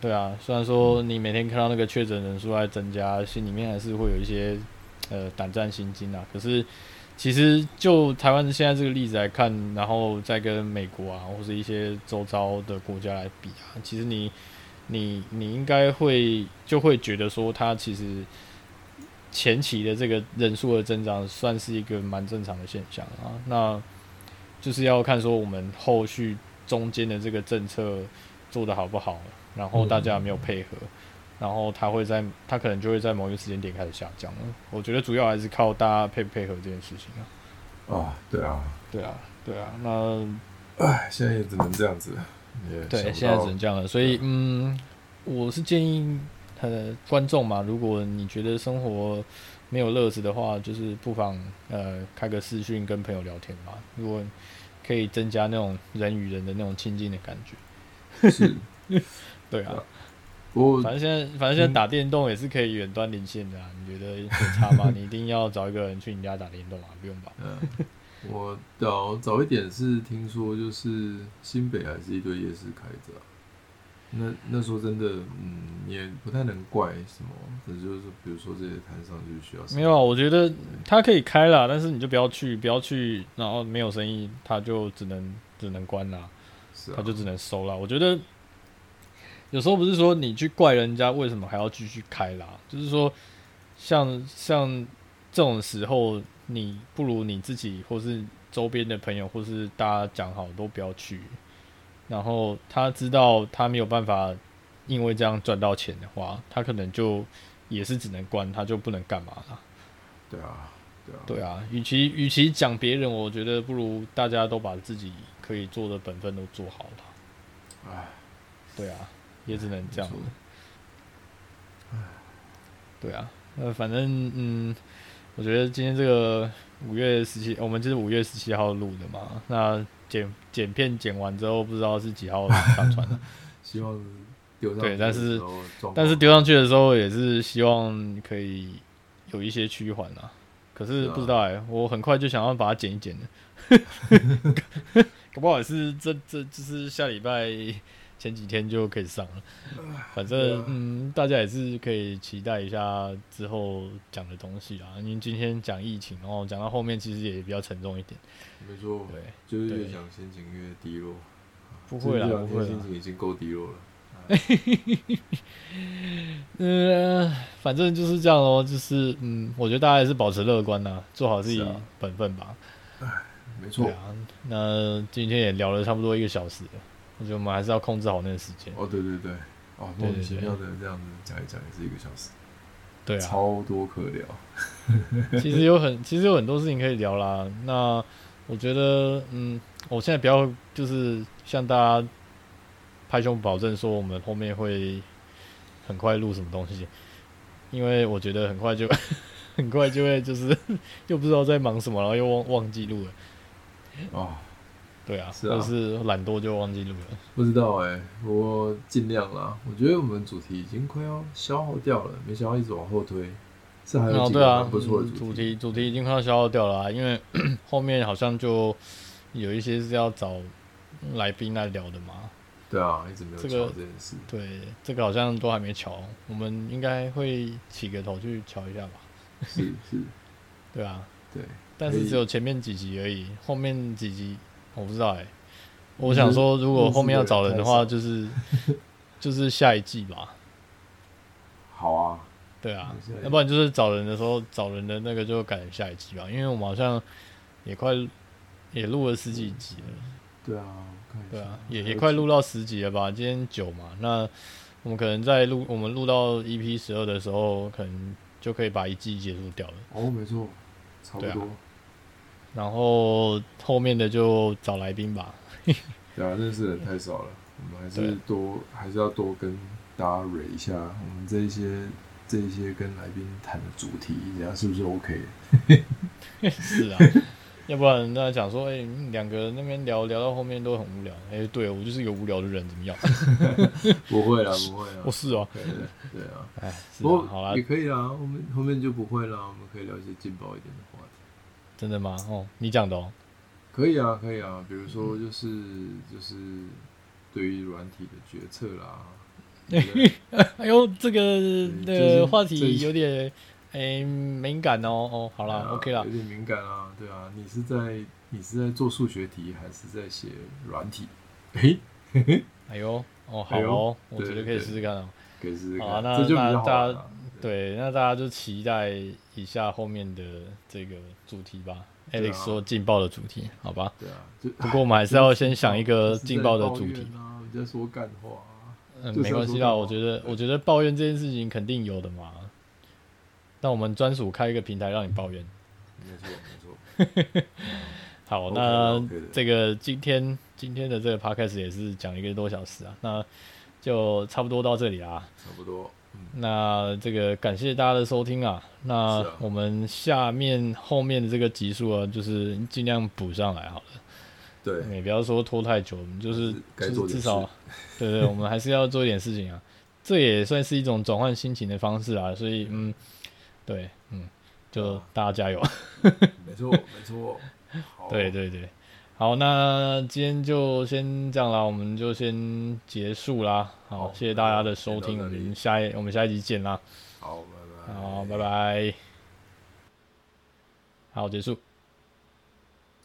Speaker 2: 对啊，虽然说你每天看到那个确诊人数在增加，心里面还是会有一些呃胆战心惊啊。可是其实就台湾现在这个例子来看，然后再跟美国啊或是一些周遭的国家来比啊，其实你你你应该会就会觉得说，它其实前期的这个人数的增长算是一个蛮正常的现象啊。那就是要看说我们后续中间的这个政策做得好不好，然后大家有没有配合，然后它会在它可能就会在某一个时间点开始下降了。我觉得主要还是靠大家配不配合这件事情啊。
Speaker 1: 啊，对啊，
Speaker 2: 对啊，对啊，那
Speaker 1: 哎，现在也只能这样子，也想
Speaker 2: 对，
Speaker 1: 不
Speaker 2: 现在
Speaker 1: 到
Speaker 2: 只能这样了。所以，嗯，我是建议他的观众嘛，如果你觉得生活没有乐子的话，就是不妨呃开个视讯跟朋友聊天嘛，如果可以增加那种人与人的那种亲近的感觉。
Speaker 1: 是，
Speaker 2: 对啊
Speaker 1: 对啊， 不过
Speaker 2: 反正现在反正
Speaker 1: 嗯
Speaker 2: 现在打电动也是可以远端连线的啊，你觉得有差 吗？你一定要找一个人去你家打电动啊？不用吧？
Speaker 1: 嗯，我早早一点是听说，就是新北还是一堆夜市开着啊、那那说真的，嗯，也不太能怪什么，只就是比如说这些摊上就是需要
Speaker 2: 没有啊，我觉得它可以开啦，但是你就不要去，不要去，然后没有生意，它就只能只能关啦。
Speaker 1: 是啊，
Speaker 2: 他就只能收啦。我觉得有时候不是说你去怪人家为什么还要继续开啦，就是说像像这种时候，你不如你自己或是周边的朋友或是大家讲好都不要去，然后他知道他没有办法因为这样赚到钱的话，他可能就也是只能关，他就不能干嘛啦。
Speaker 1: 对啊，对啊，
Speaker 2: 对啊，与其与其讲别人，我觉得不如大家都把自己可以做的本分都做好了。
Speaker 1: 唉，
Speaker 2: 对啊，也只能这样
Speaker 1: 没错
Speaker 2: 对啊，呃，反正嗯，我觉得今天这个五月十七，我们就是五月十七号录的嘛。那剪剪片剪完之后，不知道是几号上传的，
Speaker 1: 希望丢上
Speaker 2: 对
Speaker 1: 去
Speaker 2: 但
Speaker 1: 的
Speaker 2: 是
Speaker 1: 时候状况
Speaker 2: 但是丢上去的时候也是希望可以有一些趋缓啊。可是不知道哎、我很快就想要把它剪一剪的，搞不好也是这这就是下礼拜前几天就可以上了。反
Speaker 1: 对
Speaker 2: 正
Speaker 1: 啊
Speaker 2: 嗯，大家也是可以期待一下之后讲的东西啊。因为今天讲疫情，然后讲到后面其实也比较沉重一点，
Speaker 1: 没错，
Speaker 2: 对，
Speaker 1: 就是
Speaker 2: 对
Speaker 1: 越想心情越低落。
Speaker 2: 不会啦，
Speaker 1: 这两
Speaker 2: 不
Speaker 1: 天
Speaker 2: 会啦
Speaker 1: 心。情已经够低落了。
Speaker 2: 呃，反正就是这样咯，就是嗯，我觉得大家还是保持乐观呐、做好自己
Speaker 1: 是啊
Speaker 2: 本分吧。
Speaker 1: 没错
Speaker 2: 对，啊，那今天也聊了差不多一个小时了，我觉得我们还是要控制好那个时间。
Speaker 1: 哦，对对对，哦，
Speaker 2: 对
Speaker 1: 莫
Speaker 2: 对
Speaker 1: 名其
Speaker 2: 对
Speaker 1: 妙的这样子讲一讲也是一个小时，
Speaker 2: 对 啊，
Speaker 1: 超多可聊。
Speaker 2: 其实有很其实有很多事情可以聊啦。那我觉得，嗯，我现在不要就是向大家拍胸保证说我们后面会很快录什么东西，因为我觉得很快就 很快就会就是 又不知道在忙什么，然后又忘忘记录了。
Speaker 1: 哦，
Speaker 2: 对啊，
Speaker 1: 是啊
Speaker 2: 或者是懒惰就忘记录了。
Speaker 1: 不知道哎、我尽量啦。我觉得我们主题已经快要消耗掉了，没想到一直往后推，是还有
Speaker 2: 哦，
Speaker 1: 几
Speaker 2: 对
Speaker 1: 个
Speaker 2: 啊
Speaker 1: 蛮，不错的
Speaker 2: 嗯主
Speaker 1: 题。
Speaker 2: 主题已经快要消耗掉了、啊，因为 后面好像就有一些是要找来宾来聊的嘛。
Speaker 1: 对啊，一直没有
Speaker 2: 这个
Speaker 1: 瞧这件事。
Speaker 2: 对，这个好像都还没瞧，我们应该会起个头去瞧一下吧。
Speaker 1: 是是，
Speaker 2: 对啊，
Speaker 1: 对，
Speaker 2: 但
Speaker 1: 可
Speaker 2: 是
Speaker 1: 以
Speaker 2: 只有前面几集而已，后面几集我不知道哎、我想说，如果后面要找人的话，就是 就是下一季吧。
Speaker 1: 好啊，
Speaker 2: 对 啊
Speaker 1: 没事，
Speaker 2: 要不然就是找人的时候找人的那个就改下一集吧，因为我们好像也快也录了十几集了，
Speaker 1: 对啊，我看一下
Speaker 2: 对啊，也也快录到十集了吧？今天九嘛，那我们可能在录我们录到 EP 十二的时候，可能就可以把一季结束掉了，
Speaker 1: 哦，没错，差不
Speaker 2: 对啊
Speaker 1: 多。
Speaker 2: 然后后面的就找来宾吧。
Speaker 1: 对啊，认识的人太少了，我们还
Speaker 2: 对
Speaker 1: 是多还是要多跟大家蕊一下，我们这一些这一些跟来宾谈的主题，人家是不是 OK？
Speaker 2: 是 啊，要不然大家讲说，哎、两个人那边聊聊到后面都很无聊，哎、对我就是一个无聊的人，怎 么样？
Speaker 1: 不会啦，不会啦
Speaker 2: 我、，是哦，
Speaker 1: 对对啊，
Speaker 2: 哎，是
Speaker 1: 不
Speaker 2: 啊，
Speaker 1: 过
Speaker 2: 好啦
Speaker 1: 也，可以啦，我们后面就不会啦，我们可以聊一些劲爆一点的话题。
Speaker 2: 真的吗？哦，你讲的哦。
Speaker 1: 可以啊，可以啊，比如说
Speaker 2: 嗯
Speaker 1: 就是、就是对于软体的决策 啦，对不对
Speaker 2: 哎呦，这个
Speaker 1: 对
Speaker 2: 那
Speaker 1: 最
Speaker 2: 个
Speaker 1: 近
Speaker 2: 话
Speaker 1: 最
Speaker 2: 题
Speaker 1: 近
Speaker 2: 有点哎、敏感哦。哦，好啦
Speaker 1: 对啊
Speaker 2: o k 啦
Speaker 1: 有，点敏感啊，对啊，你是在你是在做数学题还是在写软 体？诶、
Speaker 2: 哎呦，哦，好
Speaker 1: 哎呦
Speaker 2: 哦，我觉
Speaker 1: 对
Speaker 2: 得可以试试看哦。
Speaker 1: 可以试试
Speaker 2: 好
Speaker 1: 看，
Speaker 2: 啊那
Speaker 1: 这就比较好玩
Speaker 2: 那
Speaker 1: 了。
Speaker 2: 对，那大家就期待一下后面的这个主题吧。
Speaker 1: 对
Speaker 2: Alex
Speaker 1: 啊
Speaker 2: 说劲爆的主题，好吧？
Speaker 1: 对啊，就
Speaker 2: 不过我们还是要先想一个劲爆的主
Speaker 1: 就是在
Speaker 2: 题
Speaker 1: 抱。怨啊，人家说干话啊，
Speaker 2: 嗯，
Speaker 1: 就是
Speaker 2: 没
Speaker 1: 要
Speaker 2: 关系
Speaker 1: 说
Speaker 2: 啦，
Speaker 1: 干
Speaker 2: 我
Speaker 1: 话
Speaker 2: 觉得
Speaker 1: 对
Speaker 2: 我觉得抱怨这件事情肯定有的嘛。那我们专属开一个平台让你抱怨。
Speaker 1: 没错没错。
Speaker 2: 好，
Speaker 1: OK
Speaker 2: 那
Speaker 1: 的，OK 的
Speaker 2: 这个今天今天的这个 podcast 也是讲一个多小时啊，那就差不多到这里啦。
Speaker 1: 差不多，嗯，
Speaker 2: 那这个感谢大家的收听啊，那
Speaker 1: 是啊
Speaker 2: 我们下面后面的这个集数啊，就是尽量补上来好了，
Speaker 1: 对，
Speaker 2: 也不要说拖太久，我们就是
Speaker 1: 还
Speaker 2: 就是
Speaker 1: 该
Speaker 2: 是
Speaker 1: 做点
Speaker 2: 至少
Speaker 1: 事，
Speaker 2: 对对，我们还是要做一点事情啊，这也算是一种转换心情的方式啊，所以嗯，对，嗯，就
Speaker 1: 啊
Speaker 2: 大家加油。
Speaker 1: 没错没错。好
Speaker 2: 对，对对，好，那今天就先这样啦，我们就先结束啦。好，
Speaker 1: 好
Speaker 2: 谢谢大家的收
Speaker 1: 那就先
Speaker 2: 听，
Speaker 1: 到
Speaker 2: 我
Speaker 1: 这里
Speaker 2: 们下一我们下一集见啦。
Speaker 1: 好，拜拜，
Speaker 2: 好，拜。拜。好，结束。